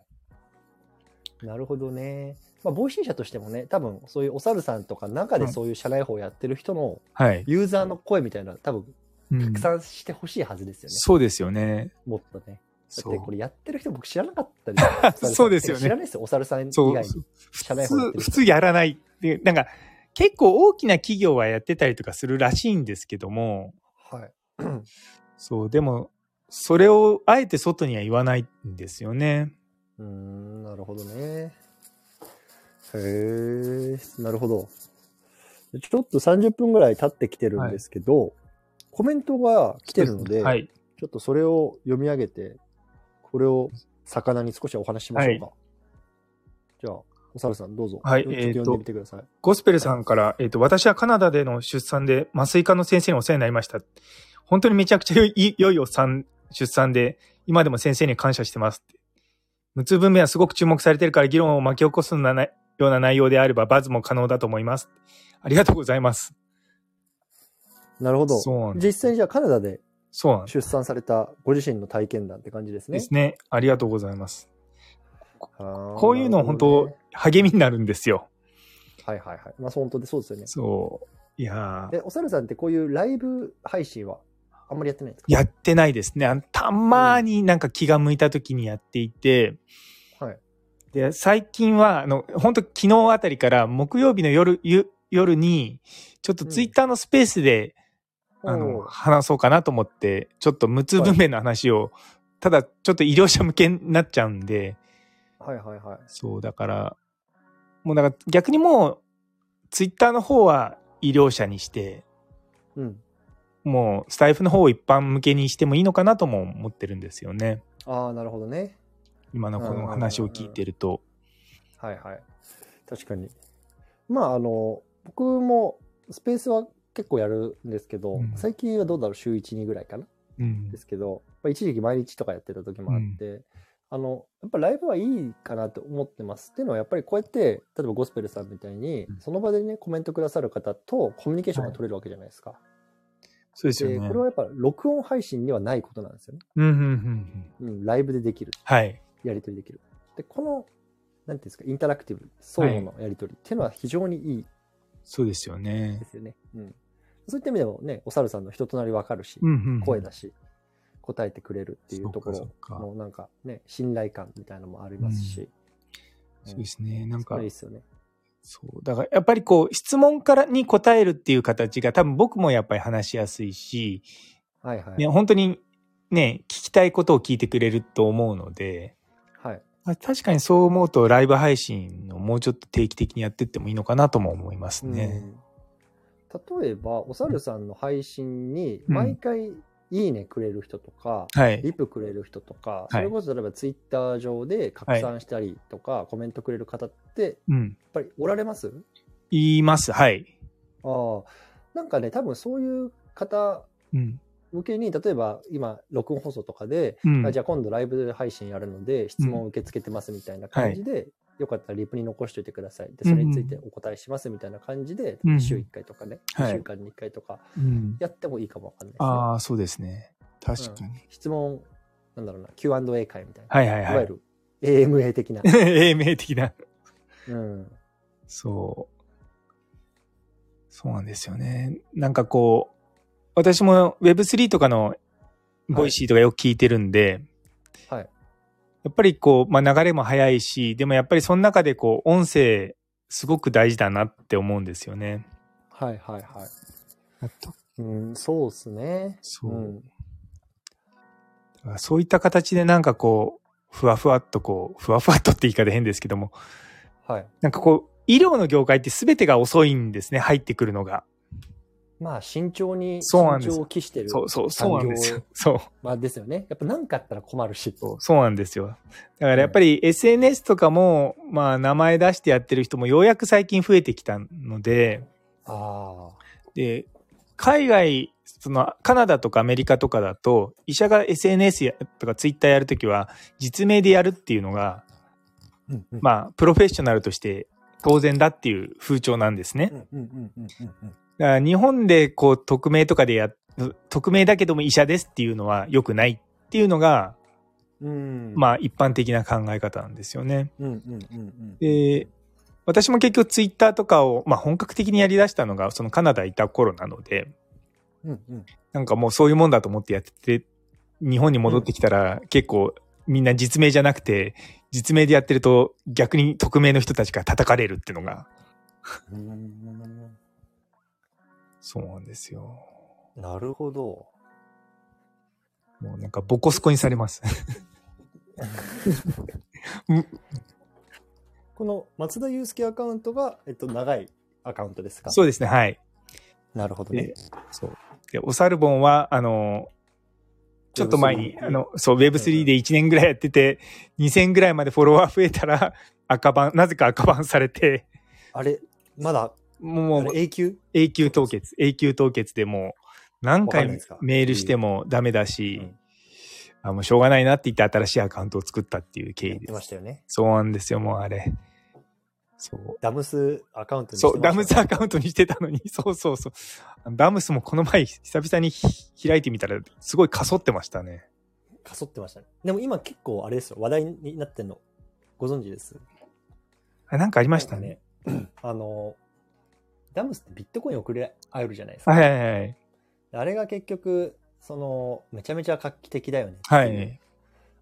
B: い。なるほどね。まあ、ボイシー社としてもね、多分そういうお猿さんとか中でそういう社内法やってる人の
A: はい。
B: ユーザーの声みたいな、多分
A: うん
B: 拡散してほしいはずですよね。
A: そうですよね。
B: もっとね。だっ
A: そ
B: て
A: う
B: こ。れやってる人僕知らなかったですよお 猿さん
A: そうですよね
B: 知らないですよ、お猿さん以
A: そう
B: 外に。
A: 普
B: 社内法やっ
A: 通
B: てる
A: 普
B: 人
A: 通やらないでなんか結構大きな企業はやってたりとかするらしいんですけども
B: はい。
A: そうでもそれをあえて外には言わないんですよね
B: うーん、なるほどね。へえ、なるほど。ちょっと30分ぐらい経ってきてるんですけど、コメントが来てるので、
A: はい
B: ちょっとそれを読み上げて、これを魚に少しお話ししましょうか。じゃあ、お猿さんどうぞ。
A: はい
B: ちょっと
A: えーと
B: 読んでみてください。
A: ゴスペルさんから、えっと私はカナダでの出産で麻酔科の先生にお世話になりました本当にめちゃくちゃ良い良いお産出産で今でも先生に感謝してますって無痛分娩はすごく注目されてるから議論を巻き起こすようなような内容であればバズも可能だと思いますありがとうございます
B: なるほど。
A: そうなんです
B: 実際にじゃあカナダで
A: そうなんです
B: 出産されたご自身の体験談って感じですね。
A: ですね。ありがとうございます。こ
B: こ
A: ういうの本当、励みになるんですよ。
B: はいはいはい。まあ本当でそうですよね。
A: そう。いやー
B: え、お猿さんってこういうライブ配信はあんまりやってないんですか
A: やってないですね。あのたまになんか気が向いた時にやっていて、
B: はい。
A: で、最近は、あの、本当昨日あたりから木曜日の夜、ゆ夜に、ちょっとツイッターのスペースで、あの、
B: おー
A: 話そうかなと思って、ちょっと無痛分娩の話を、ただちょっと医療者向けになっちゃうんで、
B: はいはいはい。
A: そう、だから、もうだから逆にもう、ツイッターの方は医療者にして、
B: うん。
A: もうスタイフの方を一般向けにしてもいいのかなとも思ってるんですよね。
B: ああ、なるほどね。
A: 今のこの話を聞いてると。
B: はいはい。確かに。まああの、僕もスペースは結構やるんですけど、
A: うん
B: 最近はどうだろう、週1、2ぐらいかな。
A: うん
B: で。すけど、まあ、一時期毎日とかやってた時もあって、あのやっぱライブはいいかなと思ってますっていうのはやっぱりこうやって例えばゴスペルさんみたいに
A: うん
B: その場でねコメントくださる方とコミュニケーションが取れるわけじゃないですか、
A: そうですよ
B: で
A: ね。
B: これはやっぱ録音配信にはないことなんですよね、
A: うんうんうんうん。
B: うん、ライブでできる
A: はい。
B: やり取りできるでこのなんていうんですかインタラクティブ相互のやり取りっていうのは非常にいい
A: そうですよね
B: で。すよね、うん、そういった意味でもねお猿さんの人となりわかるし、
A: うんうんうん。
B: 声だし答えてくれるっていうとこ
A: そ
B: ろ
A: うかそうか
B: のなんかね信頼感みたいなのもありますし、
A: そうですね。なん
B: こ
A: か
B: れいい、ですよね
A: そう。だからやっぱりこう、質問からに答えるっていう形が多分僕もやっぱり話しやすいし、
B: はいはい、
A: ね、本当にね、聞きたいことを聞いてくれると思うので、
B: はい、
A: まあ確かにそう思うとライブ配信をもうちょっと定期的にやってってもいいのかなとも思いますね。
B: うん例えばお猿さんの配信に毎回いいねくれる人とか、
A: はい。
B: リプくれる人とか、
A: い
B: それこそ例えばツイッター上で拡散したりとか、コメントくれる方ってやっ
A: うん。
B: ぱりおられます
A: 言います。はい。
B: ああなんかね多分そういう方
A: うん。
B: 向けに例えば今録音放送とかで
A: うん。
B: あじゃあ今度ライブ配信やるので質問受け付けてますみたいな感じで、よかったらリプに残しておいてください
A: う
B: で
A: んう
B: そ
A: ん
B: れについてお答えしますみたいな感じで、
A: うん
B: 週1回とかね、
A: はい
B: 2週間に1回とか
A: うん、
B: やってもいいかもわかんないですね。
A: ああ、そうですね。確かに。
B: 質問なんだろうな Q&A 会みたいな、
A: はいはい
B: い
A: はい。、
B: わゆる AMA 的 な
A: 英明的な。
B: うん、
A: そう。そうなんですよね。なんかこう、私も Web3 とかのボイシーとかよく聞いてるんで、
B: はい
A: やっぱりこう、まあ、流れも早いし、でもやっぱりその中でこう、音声、すごく大事だなって思うんですよね。
B: はいはいは
A: あと
B: い、うん、そうですね
A: そう
B: うん
A: そういった形でなんかこう、ふわふわっとこう、ふわふわっとって言い方変ですけども、
B: はい、
A: なんかこう、医療の業界って全てが遅いんですね、入ってくるのが。
B: まあ慎重に
A: そうなん
B: 慎
A: ですよ
B: 重を期してる
A: そうそう、そうなんですよ
B: 産。
A: そう。
B: まあ、ですよねやっぱ何かあったら困るし
A: そうそうなんですよ。だからやっぱり SNS とかも、まあ名前出してやってる人もようやく最近増えてきたので、
B: ああ
A: で、海外、そのカナダとかアメリカとかだと、医者が SNS やとか Twitter やるときは、実名でやるっていうのが、
B: うんうん
A: まあ、プロフェッショナルとして当然だっていう風潮なんですね。
B: うんうんうんうんうんうん
A: だから日本でこう匿名とかでや、匿名だけども医者ですっていうのは良くないっていうのが、
B: うん。
A: まあ一般的な考え方なんですよね。
B: うんうんうんうん。
A: で、私も結局ツイッターとかを、まあ、本格的にやりだしたのが、そのカナダいた頃なので、
B: うんうん。
A: なんかもうそういうもんだと思ってやってて、日本に戻ってきたら結構みんな実名じゃなくて、実名でやってると逆に匿名の人たちが叩かれるっていうのが、
B: うん
A: そうなんですよ。
B: なるほど。
A: もうなんかボコスコにされます。
B: この松田祐介アカウントが、えっと、長いアカウントですか
A: そうですね、はい。
B: なるほどね
A: で。そう。で、おさるぼんは、あの、ちょっと前に、あの、そう、Web3 で1年ぐらいやってて、2000ぐらいまでフォロワー増えたら、赤番、なぜか赤番されて、
B: あれ、まだ、
A: も
B: あ
A: う
B: れ永久
A: 永久凍結、永久凍結でもう何
B: わかんない
A: 回
B: ですか
A: メールしてもダメだし、
B: うん
A: あもうしょうがないなって言って新しいアカウントを作ったっていう経
B: やっ
A: 緯
B: て
A: で。
B: ますしたよね。
A: そうなんですよ、もうあれ。そう。
B: ダムスアカウントにして
A: そ
B: ま
A: う、
B: した
A: ダムスアカウントにしてたのに、 そうそうそう。ダムスもこの前久々にひ開いてみたら、すごいかそってましたね。
B: かそってましたね。でも今結構あれですよ、話題になってんの、ご存知です。
A: あなんかありましたね。
B: なんかね。あの、ダムスってビットコイン送り合えるじゃないですか。
A: はいはいはい。
B: あれが結局、その、めちゃめちゃ画期的だよね。
A: はい。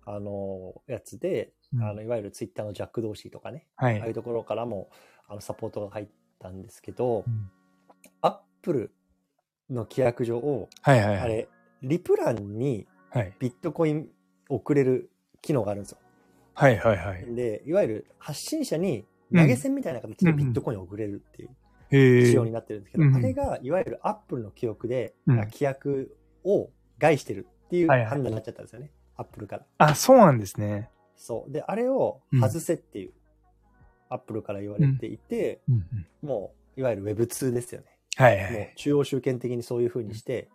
B: あの、やつで、
A: うん
B: あのいわゆるツイッターのジャック同士とかね、
A: は
B: ああい。
A: いう
B: ところからもあのサポートが入ったんですけど、
A: うん
B: アップルの規約上を、
A: はいはい
B: あ
A: はい。
B: れ、リプランに
A: はい
B: ビットコイン送れる機能があるんですよ。
A: はいはいはい。
B: で、いわゆる発信者に投げ銭みたいな形でビットコインを送れるっていう
A: へ
B: 仕
A: え
B: 様。になってるんですけど、
A: うん
B: あれがいわゆるアップルの記憶で、
A: うん
B: 規約を害してるっていう
A: はいはい
B: 判断になっちゃったんですよね。アップルから。
A: あ、そうなんですね。
B: そう。で、あれを外せっていう、アップルから言われていて、
A: うんうん
B: もう、いわゆる Web2 ですよね。
A: はいは
B: もう
A: い。
B: 中央集権的にそういう風にして、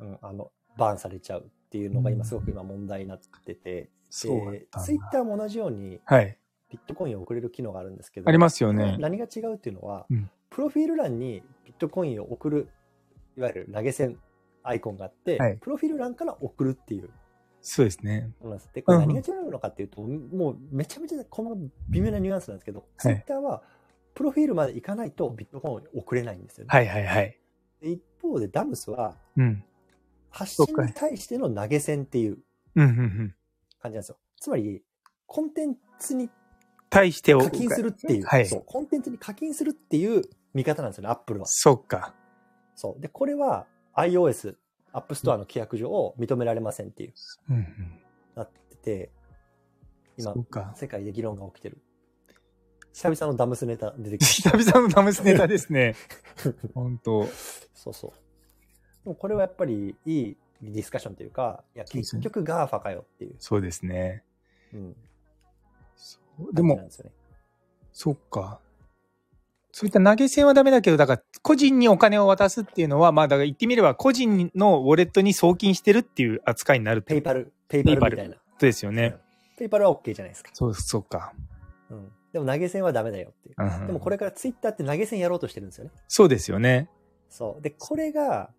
B: うん、あの、バーンされちゃうっていうのが今すごく今問題になってて、
A: そうだっ
B: で
A: た、んだ
B: ツイッターも同じように
A: はい。
B: ビットコインを送れる機能があるんですけど、
A: ありますよね。
B: 何が違うっていうのは、
A: うん
B: プロフィール欄にビットコインを送る、いわゆる投げ銭アイコンがあって、
A: はい
B: プロフィール欄から送るっていう
A: そうですね。
B: ものなんです。で、これ
A: うんうん
B: 何が違うのかっていうと、もうめちゃめちゃこの微妙なニュアンスなんですけど、ツイッターはプロフィールまで行かないとビットコインを送れないんですよね。
A: はいはいはい。
B: で一方でダムスは
A: うん。
B: 発信に対しての投げ銭っていう
A: うんうんうん。
B: 感じなんですよ。つまり、コンテンツに
A: 対してを。
B: 課金するっていう、
A: はい
B: そう、コンテンツに課金するっていう見方なんですよね、アップルは。
A: そっか。
B: そう。で、これは iOS、App Store の規約上を認められませんっていう、
A: うんうん。
B: なってて、今
A: そ、っか。
B: 世界で議論が起きてる。久々のダムスネタ出てき
A: 久
B: た。
A: 々のダムスネタです ね。本当。
B: そうそう。でもこれはやっぱりいいディスカッションというか、いや、
A: そうです
B: 結
A: ね
B: 局 GAFA かよっていう、
A: そうですね。
B: うん、
A: で
B: 感じなん
A: も、
B: ですよね。
A: そっか。そういった投げ銭はダメだけど、だから個人にお金を渡すっていうのは、まあだから言ってみれば個人のウォレットに送金してるっていう扱いになるって
B: ペ
A: こ
B: イパル、ペイパルみたいな。
A: とですよね。
B: ペイパルは OK じゃないですか。
A: そう、そっか。
B: うん。でも投げ銭はダメだよっていう。
A: うん
B: でもこれからツイッターって投げ銭やろうとしてるんですよね。
A: そうですよね。
B: そう。で、これが、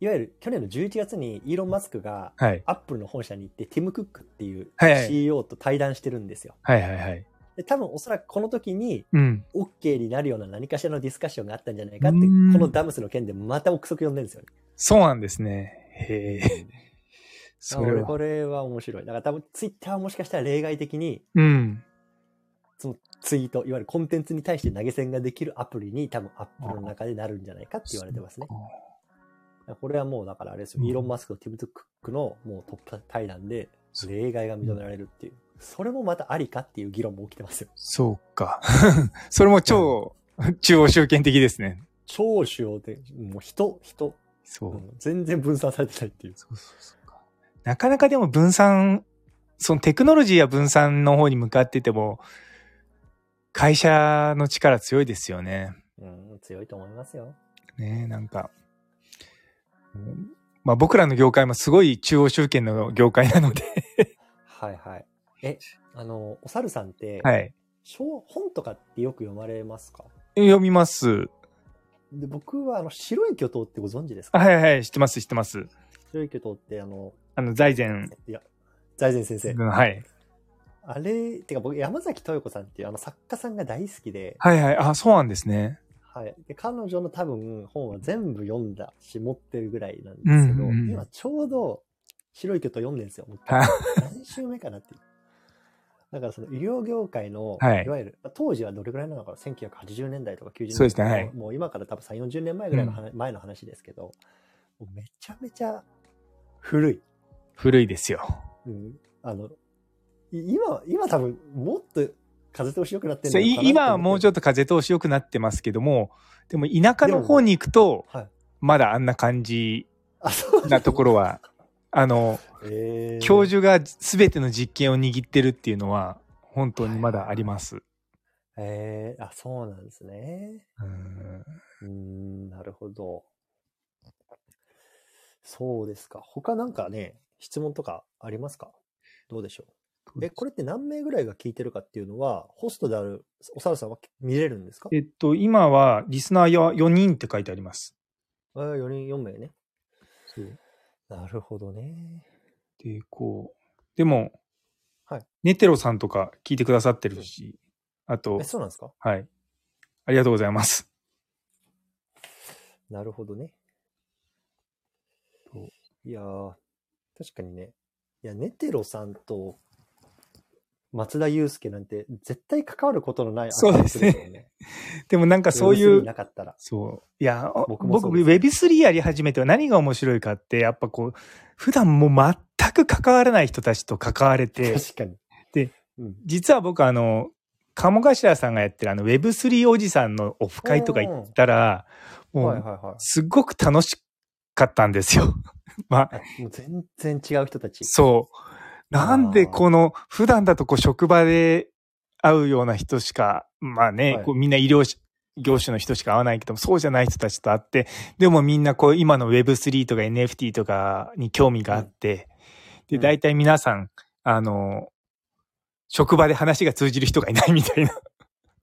B: いわゆる去年の11月にイーロン・マスクが
A: はい。
B: アップルの本社に行って、ティム・クックっていう
A: はいはい
B: CEO と対談してるんですよ。
A: はいはいはい。
B: で多分おそらくこの時に
A: うん。
B: OK になるような何かしらのディスカッションがあったんじゃないかって、
A: う
B: こ
A: ーん
B: のダムスの件でまた憶測呼んでるんですよね。
A: そうなんですね。へ え。それ
B: 俺
A: は。
B: これは面白い。だから多分ツイッターはもしかしたら例外的に、
A: うん。
B: そのツイート、いわゆるコンテンツに対して投げ銭ができるアプリに多分アップルの中でなるんじゃないかって言われてますね。これはもうだからあれですよ、
A: うん
B: イーロン・マスクとティム・クックのもうトップ対談で
A: そう
B: 例外が認められるっていう、それもまたありかっていう議論も起きてますよ。
A: そうか。 それも超中央集権的ですね。
B: 超主要で、もう人、人、
A: そう。
B: うん全然分散されてないっていう。
A: そうそうそうか。なかなかでも分散、そのテクノロジーや分散の方に向かってても、会社の力強いですよね。
B: うん、強いと思いますよ。
A: ねえなんか。うんまあ僕らの業界もすごい中央集権の業界なの で。
B: はいはい。え、あの、お猿さんって、
A: はい。
B: 小本とかってよく読まれますか
A: 読みます。
B: で僕はあの白い巨頭ってご存知ですか
A: あはいはい、知ってます、知ってます。
B: 白い巨頭ってあの
A: あの、財前
B: いや、財前先生。
A: うんはい。
B: あれ、てか僕、山崎豊子さんっていうあの作家さんが大好きで、
A: はいはい。あ、そうなんですね。
B: はい。で、彼女の多分本は全部読んだし、持ってるぐらいなんですけど、
A: うんうんうん
B: 今ちょうど白い巨頭読んでるんですよ。もう一 回
A: は
B: 何週目かなっていう。だからその医療業界の、
A: はい
B: い、わゆる、まあ当時はどれぐらいなのかな、1980年代とか90年代
A: そうですねはい
B: もう今から多分3、40年前ぐらいの話、前の話ですけど、もうめちゃめちゃ古い。
A: 古いですよ。
B: うん、あの、い今、今多分もっと風通し良くなってる
A: そうい今はもうちょ
B: っ
A: っと風通し良くなってますけども、でも田舎の方に行くと、
B: と。はい。
A: まだあんな感じ
B: あ、そ う
A: なところは、あの、
B: えー
A: 教授が全ての実験を握ってるっていうのは、本当にまだあります。
B: えー、あ、そうなんですね。
A: うん
B: うーん、なるほど。そうですか。他なんかね、質問とかありますかどうでしょうえ、これって何名ぐらいが聞いてるかっていうのは、ホストであるおさるさんは見れるんですかえ
A: えっと、今はリスナーは4人って書いてあります。
B: 4人、4名ね。なるほどね。
A: で、こう。でも、
B: はい
A: ネテロさんとか聞いてくださってるし、あと
B: え、、そうなんですか
A: はい。ありがとうございます。
B: なるほどね
A: そう。
B: いやー、確かにね。いや、ネテロさんと松田祐介なんて絶対関わることのない
A: そうですね
B: アカウントよね。
A: でもなんか そうい
B: Web3
A: う、
B: なかったら。
A: そう。いや、お
B: 僕も
A: 僕、
B: そうで
A: Web3 やり始めては何が面白いかって、やっぱこう、普段もう全く関わらない人たちと関われて、
B: 確かに。
A: で
B: うん、
A: 実は僕あの鴨頭さんがやってるあの Web3 おじさんのオフ会とか行ったらも
B: はいはいうは
A: すっごく楽しかったんですよ。まあ
B: いあ。もう全然違う人たち。
A: そうなんでこの普段だとこう職場で会うような人しかまあね、
B: はい
A: こうみんな医療し業種の人しか会わないけどもそうじゃない人たちと会ってでもみんなこう今の Web3 とか NFT とかに興味があって、
B: うん
A: で大体皆さんあの職場で話が通じる人がいないみたい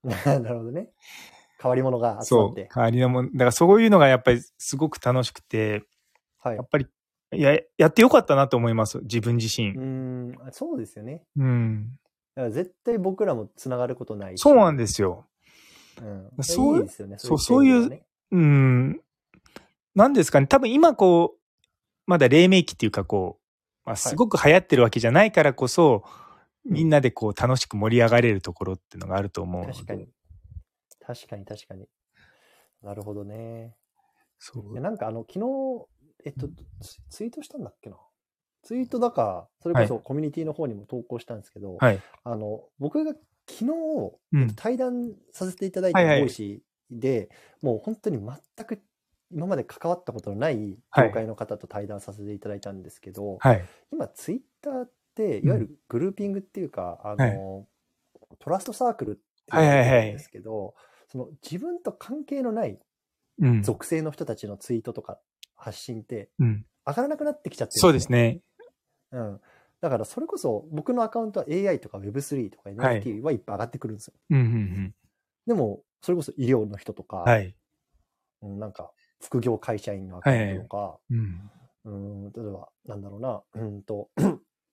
A: な
B: なるほどね。変わり者が集ま
A: そ
B: っ
A: う
B: て。
A: 代わりのもんだからそういうのがやっぱりすごく楽しくて
B: はい。
A: や
B: う
A: っぱりいややってよかったなと思います自分自
B: ー
A: 身
B: ん、そうですよね。
A: うん
B: だから絶対僕らもつながることないし。
A: そうなん
B: で
A: ですよ
B: す。うん、
A: そう
B: いいですよね。
A: そう
B: 点ではね
A: うんなんですかね多分今こうまだ黎明期っていうかこう、まあ、すごく流行ってるわけじゃないからこそ、みんなでこう楽しく盛り上がれるところっていうのがあると思うので
B: 確かに。確かに確かに。なるほどね。
A: そ
B: いや
A: う
B: なんかあの、昨日、えっと、ツツイートしたんだっけな。ツイートだから、それこそコミュニティの方にも投稿したんですけど、
A: はい
B: あの、僕が昨日、
A: うん
B: 対談させていただいた
A: はいはい
B: ボイシーで、もう本当に全く今まで関わったことのない業界の方と対談させていただいたんですけど、
A: はい
B: 今ツイッターっていわゆるグルーピングっていうか、あのトラストサークルっていうのがあるんですけど、その自分と関係のない
A: うん、
B: 属性の人たちのツイートとか発信って
A: うん、
B: 上がらなくなってきちゃってる
A: そうですね
B: ね、うん、だからそれこそ僕のアカウントは AI とか Web3 とか
A: はい
B: NFT はいっぱい上がってくるんですよ、
A: うんうん
B: でもそれこそ医療の人とか、
A: うんはい、
B: うんなんか副業会社員のアカウントとか、
A: うん、
B: うん例えばなんだろうなうんと フ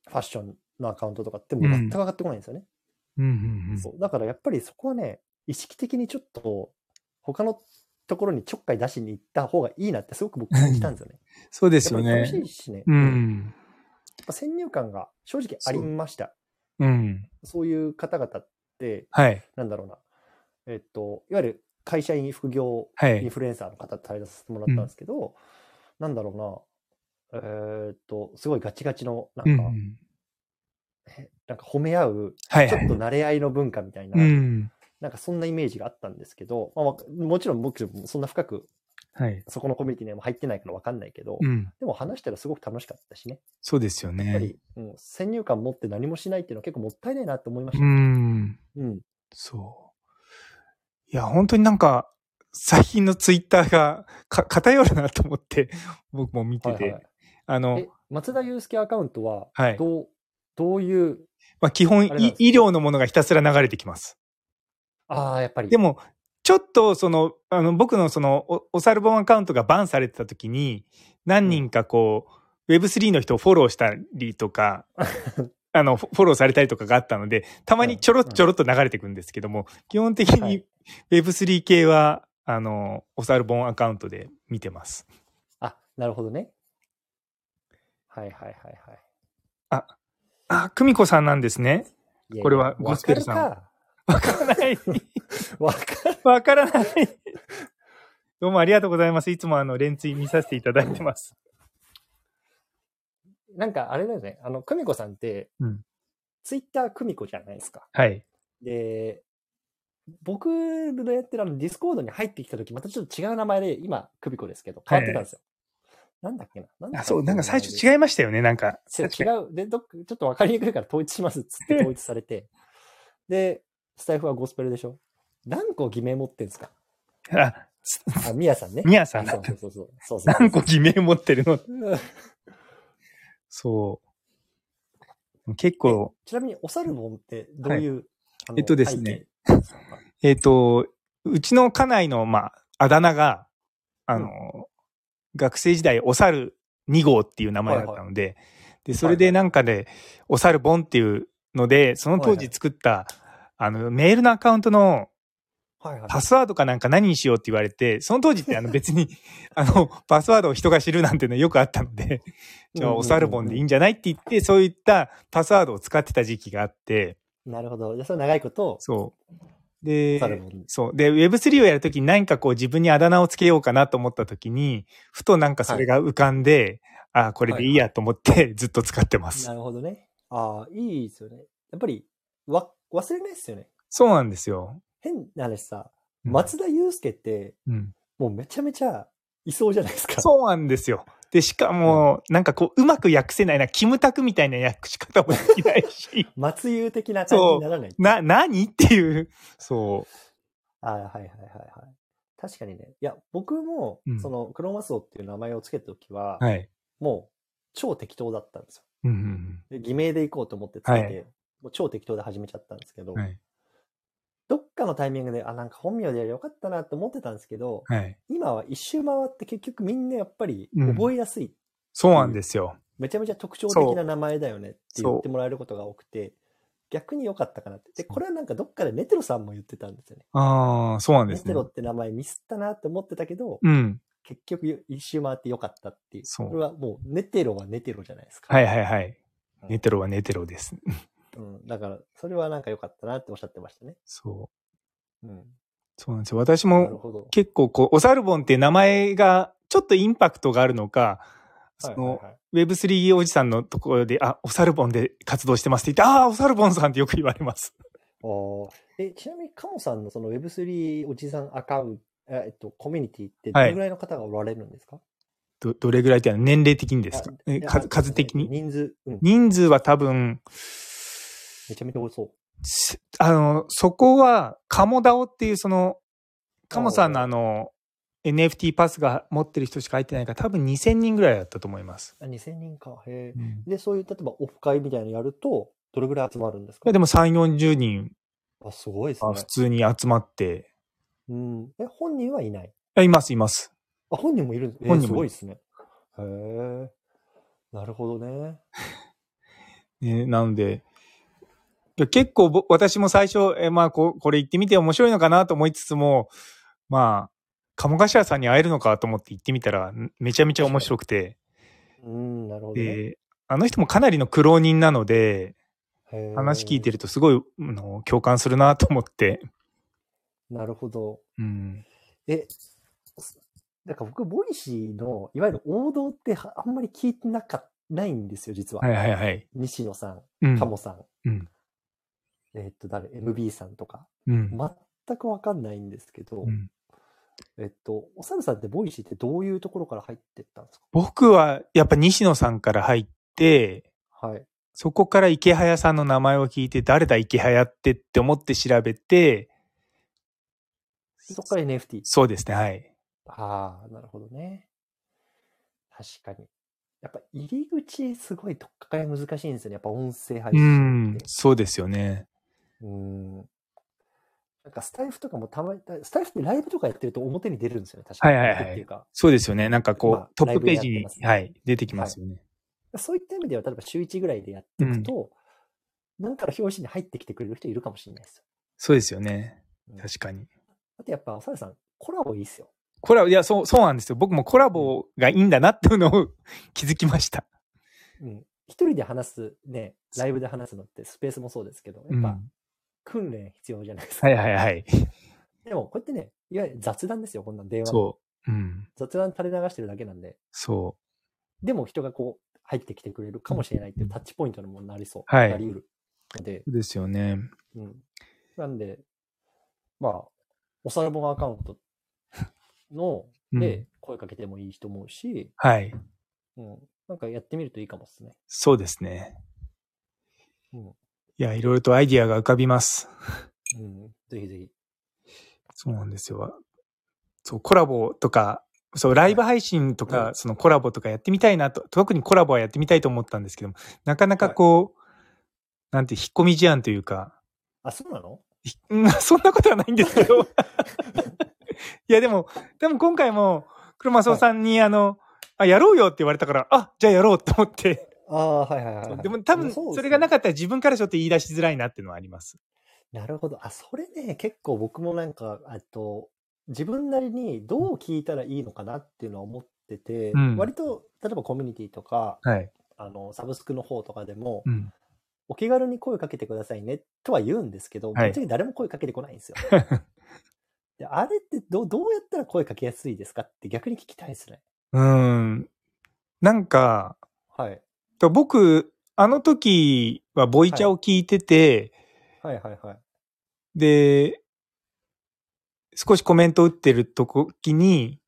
B: ァッションのアカウントとかってもう全く上がってこないんですよね、
A: うんうんうん
B: そうだからやっぱりそこはね意識的にちょっと他のところにちょっかい出しに行った方がいいなってすごく僕感じたんですよね。
A: そうですよ
B: やっぱり
A: ね
B: 楽しいしね。
A: う
B: うん
A: ん
B: やっぱ先入観が正直ありました。
A: うん
B: そういう方々って、
A: はい
B: なんだろうな、えっと、いわゆる会社員、副業、
A: は
B: イン
A: い。
B: フルエンサーの方と対談させてもらったんですけど、なんだろうな、えーっと、すごいガチガチの、な
A: うんん
B: か、
A: うん
B: なんか褒め合う、
A: はい
B: ち
A: は
B: ょっ
A: い
B: と。慣れ合いの文化みたいな、
A: うん。
B: なんかそんなイメージがあったんですけど、まあわ、もちろん僕、そんな深く、
A: はい。
B: そこのコミュニティにも入ってないから分かんないけど、
A: うん。
B: でも話したらすごく楽しかったしね。
A: そうですよ
B: やっぱ
A: ね。
B: り、うん、先入観持って何もしないっていうのは結構もったいないなって思いまし
A: う
B: た。
A: ん。
B: うん。
A: そう。いや、本当になんか、最近のツイッターがか偏るなと思って、僕も見て
B: はい
A: て
B: は。
A: あ
B: い、
A: の
B: え、、松田祐介アカウントは、
A: はい
B: どう、どういう、
A: まあ、基本
B: あれなん
A: い
B: です
A: 医療のものがひたすら流れてきます。
B: ああ、やっぱり。
A: でも、ちょっとその、あの僕のそのお、おさるぼんアカウントがバンされてた時に、何人かこう、 Web3 の人をフォローしたりと か、あの、フォローされたりとかがあったので、たまにちょろっちょろっと流れてくるんですけども、基本的
B: は
A: に
B: い
A: Web3 系は、あの、おさるぼんアカウントで見てます。
B: あ、なるほどね。はいはいはいはい。
A: あ、久美子さんなんですね。
B: いやいや
A: これはゴスペルさん
B: わか
A: わ
B: るか
A: からない。
B: わかる。
A: わからない。 どうもありがとうございます。いつもあの、連追見させていただいてます。
B: なんかあれだよね。あの、久美子さんって、
A: うん
B: ツイッター久美子じゃないですか。
A: はい。
B: で、僕のやってるあのディスコードに入ってきたとき、またちょっと違う名前で、今、久美子ですけど、変わってたんですよ。なんだっけな。なんだっ
A: あ、
B: け
A: そう、なんか最初
B: 違う
A: 違いましたよね、なんか。
B: そう。
A: 確かに
B: 違う。で、どっちょっとわかりにくいから統一しますっつって統一さ れて。で、スタイフはゴスペルでしょ。何個偽名持ってんす か
A: あ、
B: あ、ミヤさんね。
A: みやさん
B: あ
A: だ
B: そうそうそうそう。そうそう
A: 何個偽名持ってるの
B: うん
A: そう。結構、
B: ちなみに、おさるぼんってどういう、あの
A: えっとですね。
B: 背景ですか
A: えっ、と、うちの家内の、まあ、あだ名が、あの、学生時代、おさる2号っていう名前だったので、で、それでなんかで、おさるぼんっていうので、その当時作った、あの、メールのアカウントの
B: はいはい。
A: パスワードかなんか何にしようって言われて、その当時ってあの別に、あの、パスワードを人が知るなんてのはよくあったので、じゃあおさるぼんでいいんじゃないって言って、そういったパスワードを使ってた時期があって、
B: なるほど。じゃあ、それ長いこと、
A: そう。
B: お
A: で
B: さ、るぼん。
A: そう。で、Web3 をやるときに何かこう自分にあだ名をつけようかなと思ったときに、ふとなんかそれが浮かんで、あこれでいいやと思ってずっと使ってます。
B: なるほどね。ああ、いいですよね。やっぱり、わ、忘れないですよね。
A: そうなんですよ。
B: 変な話さ、
A: うん、
B: 松田祐介って、
A: うん、
B: もうめちゃめちゃいそうじゃないですか。
A: そうなんですよ。で、しかも、なんかこう、うまく訳せないな、キムタクみたいな訳し方もできないし、
B: 松優的な感じにならない。
A: な、何っていう、そ
B: ああ、はいはいはいはい。確かにね。いや、僕も、
A: うん
B: その、クロマスオっていう名前をつけたときは、
A: う。はい。
B: もう、超適当だったんですよ。
A: うんうん
B: で偽名で行こうと思ってつけて、
A: はい
B: もう超適当で始めちゃったんですけど、
A: うん。はい。
B: どっかのタイミングで、あ、なんか本名でやりゃよかったなと思ってたんですけど、
A: はい。
B: 今は一周回って結局みんなやっぱり
A: うん
B: 覚えやすい、
A: そうなんですよ。
B: めちゃめちゃ特徴的な名前だよねって言ってもらえることが多くて、逆に良かったかなって。で、これはなんかどっかでネテロさんも言ってたんですよね。
A: ああ、そうなんで
B: ネ
A: す
B: テ
A: ね
B: ロ。って名前ミスったなって思ってたけど、
A: うん。
B: 結局一周回って良かったっていう。
A: そう
B: これはもうネテロはネテロじゃないですか。
A: はいはいはい。
B: うん
A: ネテロはネテロです。
B: うん。だから、それはなんか良かったなっておっしゃってましたね。
A: そう。
B: うん。
A: そうなんですよ。私
B: なる
A: も
B: ほど。
A: 結構こう、おさるぼんっていう名前がちょっとインパクトがあるのか、その、
B: はいはいはい
A: Web3 おじさんのところで、あ、おさるぼんで活動してますって言って、ああ、おさるぼんさんってよく言われます。
B: あーえちなみに、カモさんのその Web3 おじさんアカウント、ええっと、コミュニティってど
A: はい
B: れぐらいの方がおられるんですか、
A: ど、どれぐらいっていうのは年齢的にですか
B: あ
A: え
B: いや
A: 数、数
B: あそうです
A: 的
B: ね
A: に
B: 人数、うん。
A: 人数は多分、
B: めちゃめちゃ多そう。
A: すあの、そこは、カモダオっていうその、カモさんの
B: あー
A: あの、NFT パスが持ってる人しか入ってないから、多分2000人ぐらいだったと思います。
B: あ、2000人か。へえ。
A: い
B: で、そういう、例えばオフ会みたいなのやると、どれぐらい集まるんですか
A: や、でも3、40人、
B: あ、すごいです
A: あ
B: ね
A: 普。通に集まって、
B: うん。え、本人はいない
A: いやいます、います。
B: あ、本人もいるんです
A: 本人
B: 本人す
A: も
B: ご
A: い
B: いですね。へえ。なるほどね。
A: ね、なので、いや結構ぼ私も最初、えまあこ、これ行ってみて面白いのかなと思いつつも、まあ、鴨頭さんに会えるのかと思って行ってみたら、んめちゃめちゃ面白くて、
B: うん、なるほどね。
A: で、あの人もかなりの苦労人なので、
B: へー
A: 話聞いてるとすごい、あの共感するなと思って、
B: なるほど。
A: うん。
B: え、なんか僕、ボイシーの、いわゆる王道ってはあんまり聞いてなかっないんですよ、実は。
A: はいはいはい。
B: 西野さん、
A: うん。
B: 鴨さん、
A: うん
B: えーっと、誰、MB さんとか。
A: うん。
B: 全くわかんないんですけど、
A: うん
B: えっと、おさるさんってボイシーってどういうところから入ってったんです
A: 僕は、やっぱ西野さんから入って、
B: かはい。
A: そこから池早さんの名前を聞いて、誰だ池早ってって思って調べて、
B: そこから NFT。
A: そうですね、はい。
B: ああ、なるほどね。確かに。やっぱ入り口すごい特化が難しいんですよね。やっぱ音声配
A: う
B: 信っ
A: ん
B: て、。
A: そうですよね。
B: うん。なんかスタイフとかもたまに、スタイフってライブとかやってると表に出るんですよね。確か
A: は
B: に。
A: いはいはい
B: 表っていうか。
A: そうですよね。なんかこう、
B: まあ
A: トップページ
B: ライブや
A: に
B: ってます、ね
A: はい、出てきますよね。
B: そういった意味では、例えば週1ぐらいでやっていくと、なんかの表紙に入ってきてくれる人いるかもしれないですよ。
A: そうですよね。
B: うん
A: 確かに。
B: あとやっぱ、おさるさん、コラボいいっすよ。
A: コラボ、いや、そう、そうなんですよ。僕もコラボがいいんだなっていうのを 気づきました。
B: うん。一人で話す、ね、ライブで話すのって、スペースもそうですけど、や
A: う
B: っ
A: ん。
B: ぱ
A: は
B: 訓練必要じゃないですか。
A: いはいはい。
B: でも、こうやってね、いわゆる雑談ですよ、こんなん電話の。
A: そう。うん。
B: 雑談垂れ流してるだけなんで。
A: そう。
B: でも人がこう、入ってきてくれるかもしれないっていうタッチポイントにもなりそう。
A: はい
B: なり得る。ので、
A: そうですよね。
B: うん。なんで、まあ、おさらぼんアカウントの、
A: うん
B: で、声かけてもいいと思うし、
A: はい。
B: うん。なんかやってみるといいかもですね。
A: そうですね。
B: うん。
A: いや、いろいろとアイディアが浮かびます。
B: うん。ぜひぜひ。
A: そうなんですよ。そう、コラボとか、そう、ライブ配信とか、
B: は
A: そのコラボとかやってみたいなと、特にコラボはやってみたいと思ったんですけども、なかなかこう、なんて、引っ込み思案というか、
B: あ、そうなの
A: ひうん そんなことはないんです けど。いや、でも、でも今回も、黒松尾さんに、あの、あ、やろうよって言われたから、あ、じゃあやろうと思って。
B: ああ、はいはいはいはい、
A: でも多分、それがな
B: か
A: かったら自分からちょっと言い出しづらいなっていうのはあります。
B: なるほど。あ、それね、結構僕もなんか、あと、自分なりにどう聞いたらいいのかなっていうのは思ってて、
A: うん
B: 割と、例えばコミュニティとか、
A: はい。
B: あの、サブスクの方とかでも、
A: うん。
B: お気軽に声かけてくださいねとは言うんですけど、
A: はい
B: ぶっちゃけ誰も声かけてこないんです よ。であれってどうどうやったら声かけやすいですかって逆に聞きたいですね。
A: うん。なんか、
B: はい。
A: と僕、あの時はボイチャを聞いてて、
B: はいはいはい。
A: で、少しコメント打ってる時に、やっ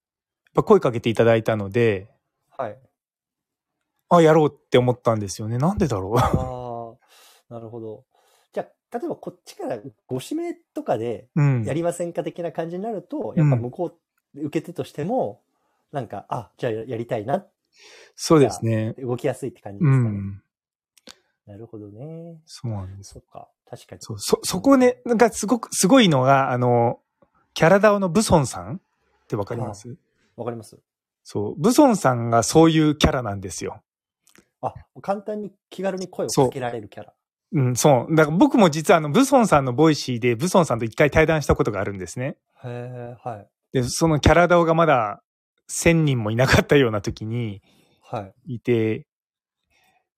A: ぱ声かけていただいたので、
B: はい。
A: あ、やろうって思ったんですよね。なんでだろ
B: ああ、なるほど。じゃあ、例えばこっちからご指名とかで
A: う。 うん。
B: やりませんか的な感じになると、
A: うん
B: やっぱ向こう、受け手としても、なんか、あ、じゃあやりたいなって
A: そうですね。
B: 動きやすいって感じで
A: う
B: すかね。
A: ん。
B: なるほどね。
A: そうなんです。
B: そっか、確かに。
A: そう、そ、そこね、なんかすごく、すごいのが、あの、キャラダオのブソンさんってわかります、
B: わかります
A: そう、ブソンさんがそういうキャラなんですよ。
B: あ、簡単に気軽に声を
A: そう
B: かけられるキャラ。
A: うん、そう。だから僕も実はあの、ブソンさんのボイシーで、ブソンさんと一回対談したことがあるんですね。
B: へえ、はい。
A: で、そのキャラダオがまだ1000人もいなかったような時に
B: はい。
A: いて、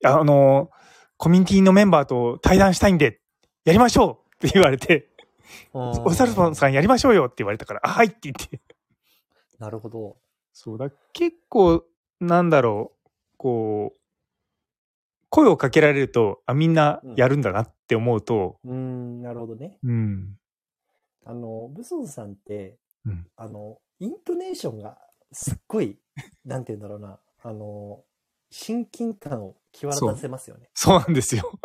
A: あの、コミュニティのメンバーと対談したいんで、やりましょうって言われて、おさるさんさんやりましょうよって言われたから、あ、はいって言って。
B: なるほど。
A: そうだ、結構、なんだろう、こう、声をかけられると、あ、みんなやるんだなって思うと、
B: うーん、なるほどね。
A: うん。
B: あの、ブソンさんって、
A: うん
B: あの、イントネーションがすっごい、なんて言うんだろうな、あの、親近感を際立たせますよね。
A: そうなんですよ。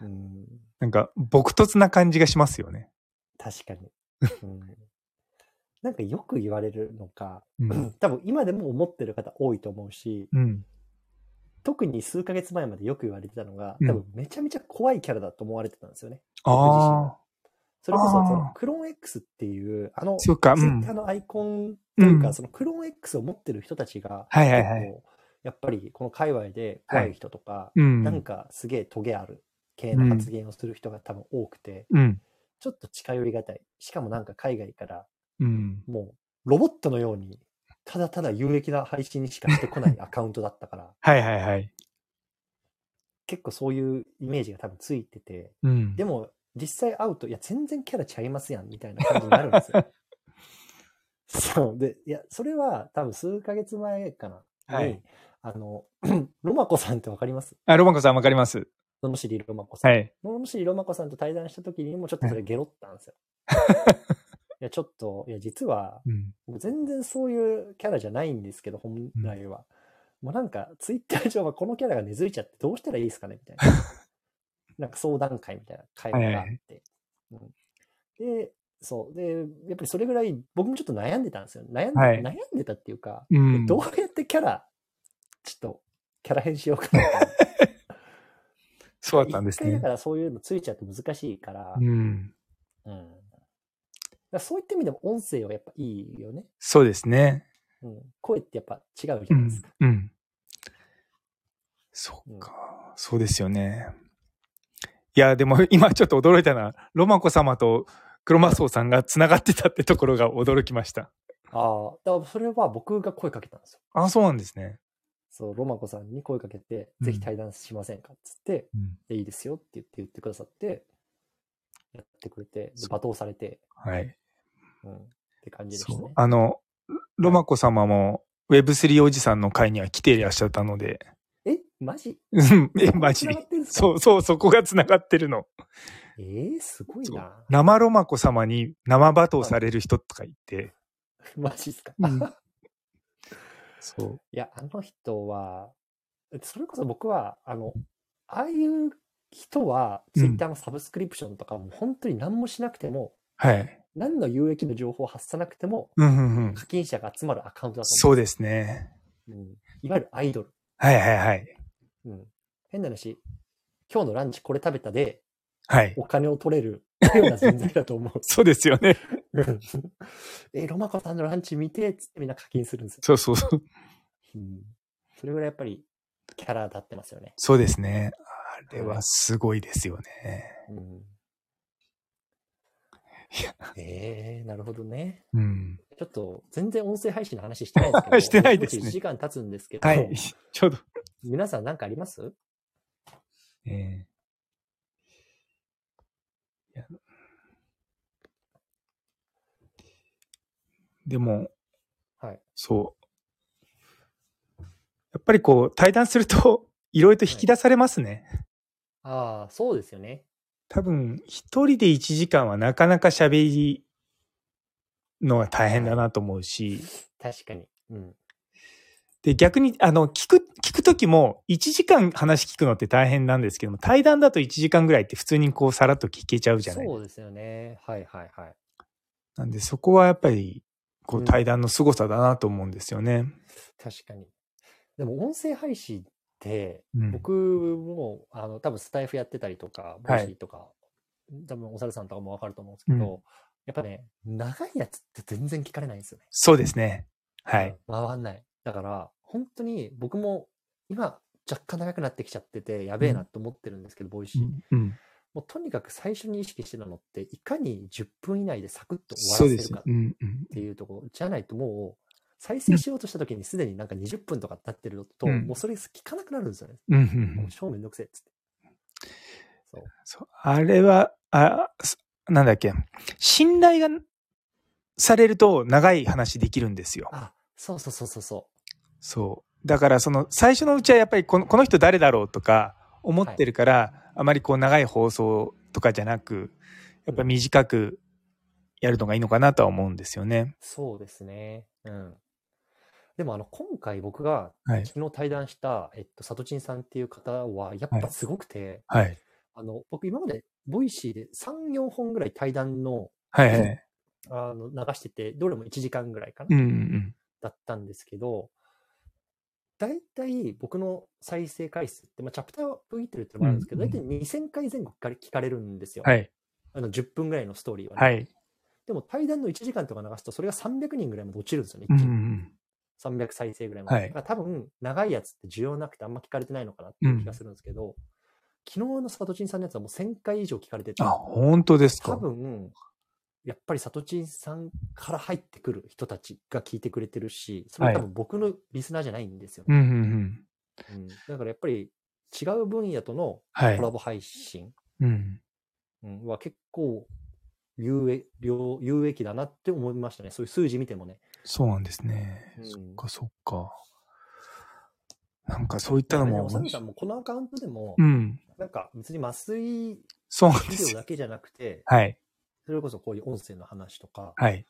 B: うーん、
A: なんか、朴突な感じがしますよね。
B: 確かに。うん、なんかよく言われるのか、
A: うん。
B: 多分今でも思ってる方多いと思うし、
A: うん。
B: 特に数ヶ月前までよく言われてたのが
A: う、ん
B: 多分めちゃめちゃ怖いキャラだと思われてたんですよね。
A: ああ。
B: それこそ、
A: あー
B: そのクローン X っていう、あの、
A: そうか、う
B: ツイッター
A: ん。
B: のアイコンというか、
A: うん
B: そのクローン X を持ってる人たちが、
A: はいはいはい
B: 結構やっぱりこの界隈で怖い人とか、
A: うん。
B: なんかすげえトゲある系の発言をする人が多分多くて、
A: うん。
B: ちょっと近寄りがたい。しかもなんか海外から
A: うん。
B: もうロボットのように、ただただ有益な配信にしかしてこないアカウントだったから、
A: はいはいはい。
B: 結構そういうイメージが多分ついてて、
A: うん。
B: でも実際会うと、いや、全然キャラちゃいますやん、みたいな感じになるんです よ。そう。で、いや、それは多分数ヶ月前かな。
A: はい
B: に。あの、 ロマコさんってわかります
A: あ、ロマンコさんわかります。
B: 野々尻ロマコさん。
A: はい。
B: 野々尻ロマコさんと対談した時にもちょっとそれゲロったんです よ。いや、ちょっと、いや、実は、
A: うん。
B: もう全然そういうキャラじゃないんですけど、本来は。もうなんか、ツイッター上はこのキャラが根付いちゃってどうしたらいいですかねみ たいな。なんか相談会みたいな会があって。うんで、そう。で、やっぱりそれぐらい僕もちょっと悩んでたんですよ。悩んで,、
A: はい
B: 悩んでたっていうか、
A: うん。
B: どうやってキャラ、ちょっと、キャラ変しようかなみたいな。
A: そうだったんです
B: 一回だ
A: ね
B: か。らそういうのついちゃって難しいから、
A: うん。
B: うんだからそういった意味でも音声はやっぱいいよね。
A: そうですね。
B: うん、声ってやっぱ違うじ
A: う
B: ゃない
A: ん
B: ですか。。
A: うん。そっか、そうですよね。いや、でも 今ちょっと驚いたな。ロマコ様とクロマソウさんがつながってたってところが驚きました。
B: ああ、だからそれは僕が声かけたんですよ。
A: あ、そうなんですね。
B: そう、ロマコさんに声かけて、
A: うん
B: ぜひ対談しませんかっつって、
A: うん
B: でいいですよって言って言ってくださって、やってくれて、で
A: そう
B: 罵倒されて、
A: はい。
B: うん、って感じでした
A: そう
B: ね。
A: あの、ロマコ様も Web3 おじさんの会には来ていらっしゃったので、
B: え、マジ
A: うんえ、マジ
B: 繋が
A: で。
B: ってんすか
A: そうそう、そこがつながってるの。
B: えー、すごい
A: そう
B: な。
A: 生ロマコ様に生罵倒される人とか言って、
B: マジっすか。
A: うんそう。
B: いや、あの人は、それこそ僕は、あの、ああいう人は、
A: うん
B: ツイッターのサブスクリプションとか、もう本当に何もしなくても、
A: はい。
B: 何の有益の情報を発さなくても、
A: うんうんうん。
B: 課金者が集まるアカウントだと
A: そ
B: 思
A: うですね。
B: う。うん、いわゆるアイドル。
A: はいはいはい。
B: うん、変な話、今日のランチこれ食べたで、
A: はい。。
B: お金を取れるような存在だと思う
A: そうですよね。
B: え、ロマコさんのランチ見て、っつってみんな課金するんですよ。
A: そうそうそう。
B: うん、それぐらいやっぱり、キャラ立ってますよね。
A: そうですね。あれはすごいですよね。
B: うん
A: いや、
B: えー、なるほどね。
A: うん。
B: ちょっと、全然音声配信の話してないですけ ど。
A: してないですね
B: もう少し時間経つんですけど、
A: はい。ちょうど。
B: 皆さん何かあります
A: ええいやでも、
B: はい
A: そう。やっぱりこう、対談すると、 いろいろと引き出されますね。
B: ああ、そうですよね。
A: 多分、一人で1時間はなかなか喋りのは大変だなと思うし、
B: 確かに。うん。
A: で、逆に、あの、聞く、聞くときも、1時間話聞くのって大変なんですけども、対談だと1時間ぐらいって普通にこう、さらっと聞けちゃうじゃないですか
B: そうですよね。はいはいはい。
A: なんでそこはやっぱりこ
B: う
A: うん対談の凄さだなと思うんですよね。
B: 確かに。でも、音声配信って、
A: うん
B: 僕も、あの、多分スタイフやってたりとか、ボイシーとか、多分お猿さんとかもわかると思うんですけど、
A: う
B: やっぱね、長いやつって全然聞かれないんですよね。
A: そうですね。はい。。
B: 回んない。だから、本当に僕も今、若干長くなってきちゃってて、やべえなと思ってるんですけど、ボイシー。
A: うん、
B: もうとにかく最初に意識してたのって、いかに10分以内でサクッと終
A: そう
B: わら
A: で
B: せ
A: す
B: るかっ。
A: うんうん
B: ていうところじゃないと、もう、再生しようとした時にすでになんか20分とか経ってると、
A: うん
B: もうそれ聞かなくなるんですよね。
A: うんう
B: も
A: ん
B: う超めんどくせえっつって。そう。
A: そうあれはあ、すなんだっけ、信頼がされると長い話できるんですよ。
B: あ、そうそうそうそうそ
A: そう。だからその最初のうちはやっぱりこのこの人誰だろうとか思ってるから、あまりこう長い放送とかじゃなく、やっぱり短くやるのがいいのかなとは思うんですよね
B: う。。そうですね。うん。でもあの、今回僕が
A: はい。
B: 昨日対談した、えっと、さとちんさんっていう方は、やっぱすごくて、
A: はい。
B: あの、僕今まで、ボイシーで3、4本ぐらい対談の、
A: はいはい。
B: あの、流してて、どれも1時間ぐらいかな、
A: うんうんうん。
B: だったんですけど、大体僕の再生回数って、まあ、チャプターを区切ってるってのもあるんですけど、
A: うん
B: 大体2000回前後から聞かれるんですよ。
A: はい。
B: あの、10分ぐらいのストーリーは、ね
A: はい。
B: でも対談の1時間とか流すと、それが300人ぐらいまで落ちるんですよね、
A: う
B: 一
A: ん
B: 気
A: う
B: に。
A: ん
B: 300再生ぐらいまで。
A: はい
B: だから多分、長いやつって需要なくてあんま聞かれてないのかなっていう気がするんですけど、昨日のサトチンさんのやつはもう1000回以上聞かれてて
A: あ、、本当です
B: 多
A: か。
B: 分、やっぱりサトチンさんから入ってくる人たちが聞いてくれてるし、それは多分僕のリスナーじゃないんですよ
A: うん
B: ね。
A: うんうん。
B: うんだからやっぱり違う分野との
A: はい
B: コ。ラボ配信
A: うん。
B: うんは結構有益良有益だなって思いましたね。そういう数字見てもね。
A: そうなんですね。
B: うん
A: そっかそっか。なんかそういったの
B: で
A: も
B: おさむさんもこのアカウントでも
A: う、ん。
B: なんか別に麻酔
A: そうなんで
B: 医
A: す
B: 療
A: よ。
B: だけじゃなくて、
A: はい。
B: それこそこういう音声の話とか、
A: はい。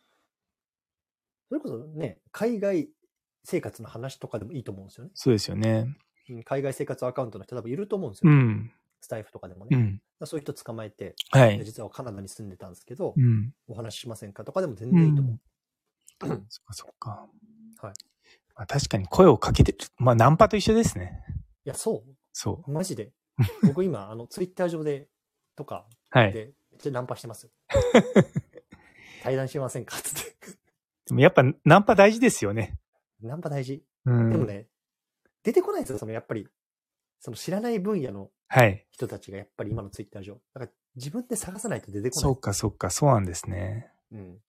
B: それこそね、海外生活の話とかでもいいと思うんですよね。
A: そうですよね。
B: うん海外生活アカウントの人多分いると思うんです
A: う
B: よ。
A: ん。
B: スタイフとかでも
A: う
B: ね。だか
A: ん。
B: らそういう人捕まえて、
A: は
B: で
A: い。
B: 実はカナダに住んでたんですけど
A: う、ん。
B: お話ししませんかとかでも全
A: う
B: 然いいと思
A: ん。そっかそっか。
B: はい。
A: まあ確かに声をかけてる。まあナンパと一緒ですね。
B: う。いや、そ
A: そう。
B: う。マジで。 僕今、あの、ツイッター上で、とか
A: はい。
B: で、めっちゃナンパし てますよ。対談しませんかつって。
A: でもやっぱナンパ大事ですよね。
B: ナンパ大事。
A: う
B: でも
A: ん。
B: ね、出てこないんですよ、その、やっぱり。その知らない分野の
A: はい。
B: 人たちがやっぱり今のツイッター上、なんか自分で探さないと出てこない。
A: そうか、そうか、そうなんですね。
B: うん。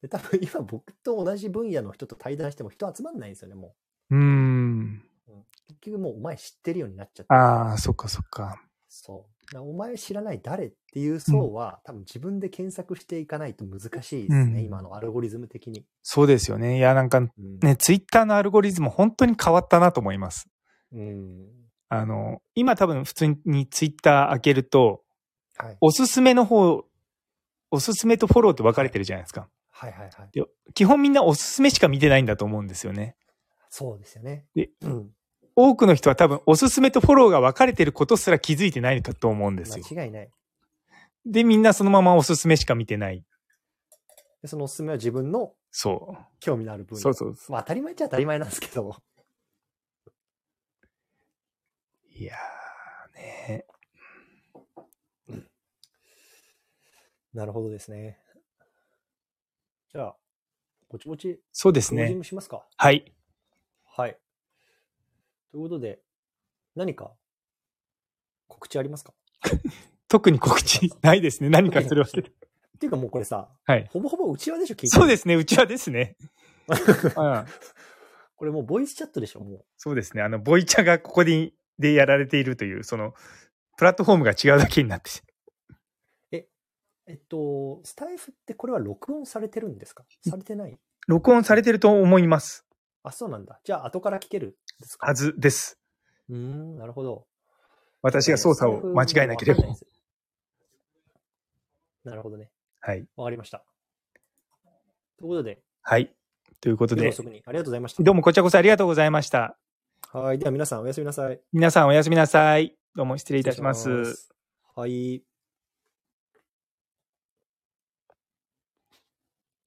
B: で、多分今僕と同じ分野の人と対談しても人集まんないんですよね、も
A: うーん。
B: う。結局もうお前知ってるようになっちゃって。
A: ああ、そっか、そっか。
B: そう。だからお前知らない誰っていう層は、多分自分で検索していかないと難しいですね、
A: うん
B: 今のアルゴリズム的に。
A: そうですよね。いや、なんか
B: うん。
A: ね、ツイッターのアルゴリズム本当に変わったなと思います。
B: うん。
A: あの、今多分普通にツイッター開けると、
B: はい。
A: おすすめの方、おすすめとフォローって分かれてるじゃないですか。
B: はいはいはい。
A: 基本みんなおすすめしか見てないんだと思うんですよね。
B: そうですよね。
A: で
B: うん。
A: 多くの人は多分おすすめとフォローが分かれてることすら気づいてないかと思うんですよ。
B: 間違いない。
A: で、みんなそのままおすすめしか見てない。
B: でそのおすすめは自分の
A: そ
B: 興味のある分
A: う。
B: 野。
A: そうそうそ
B: まあ当たり前っちゃ当たり前なんですけど。
A: う。いやーね。
B: なるほどですね。じゃあ、ぼちぼち、
A: そうです
B: クロージン
A: ね。
B: グしますか。
A: はい。
B: はい。ということで、何か告知ありますか
A: 特に告 知ないですね。何か それは。
B: っていうかもうこれさ、
A: はい。
B: ほぼほぼうちわでしょ、聞いてる
A: そうですね。うちはですね。うん。
B: これもうボイスチャットでしょ、も
A: そうですね。あの、ボイチャがここで、でやられているという、その、プラットフォームが違うだけになって。
B: う。えっと、スタイフってこれは録音されてるんですかされてない
A: 録音されてると思います。
B: あ、そうなんだ。じゃあ、後から聞けるんですか
A: はずです。
B: うーん、なるほど。
A: 私が操作を間違えなければ。
B: なるほどね。
A: はい。
B: わかりました。ということで、
A: はい。ということ
B: 夜
A: で、
B: 遅くにありがとうございました。
A: どうもこちらこそありがとうございました。
B: はい。では皆さんおやすみなさい。
A: 皆さんおやすみなさい。どうも失礼いたしま
B: 失礼
A: す
B: しま。すはい。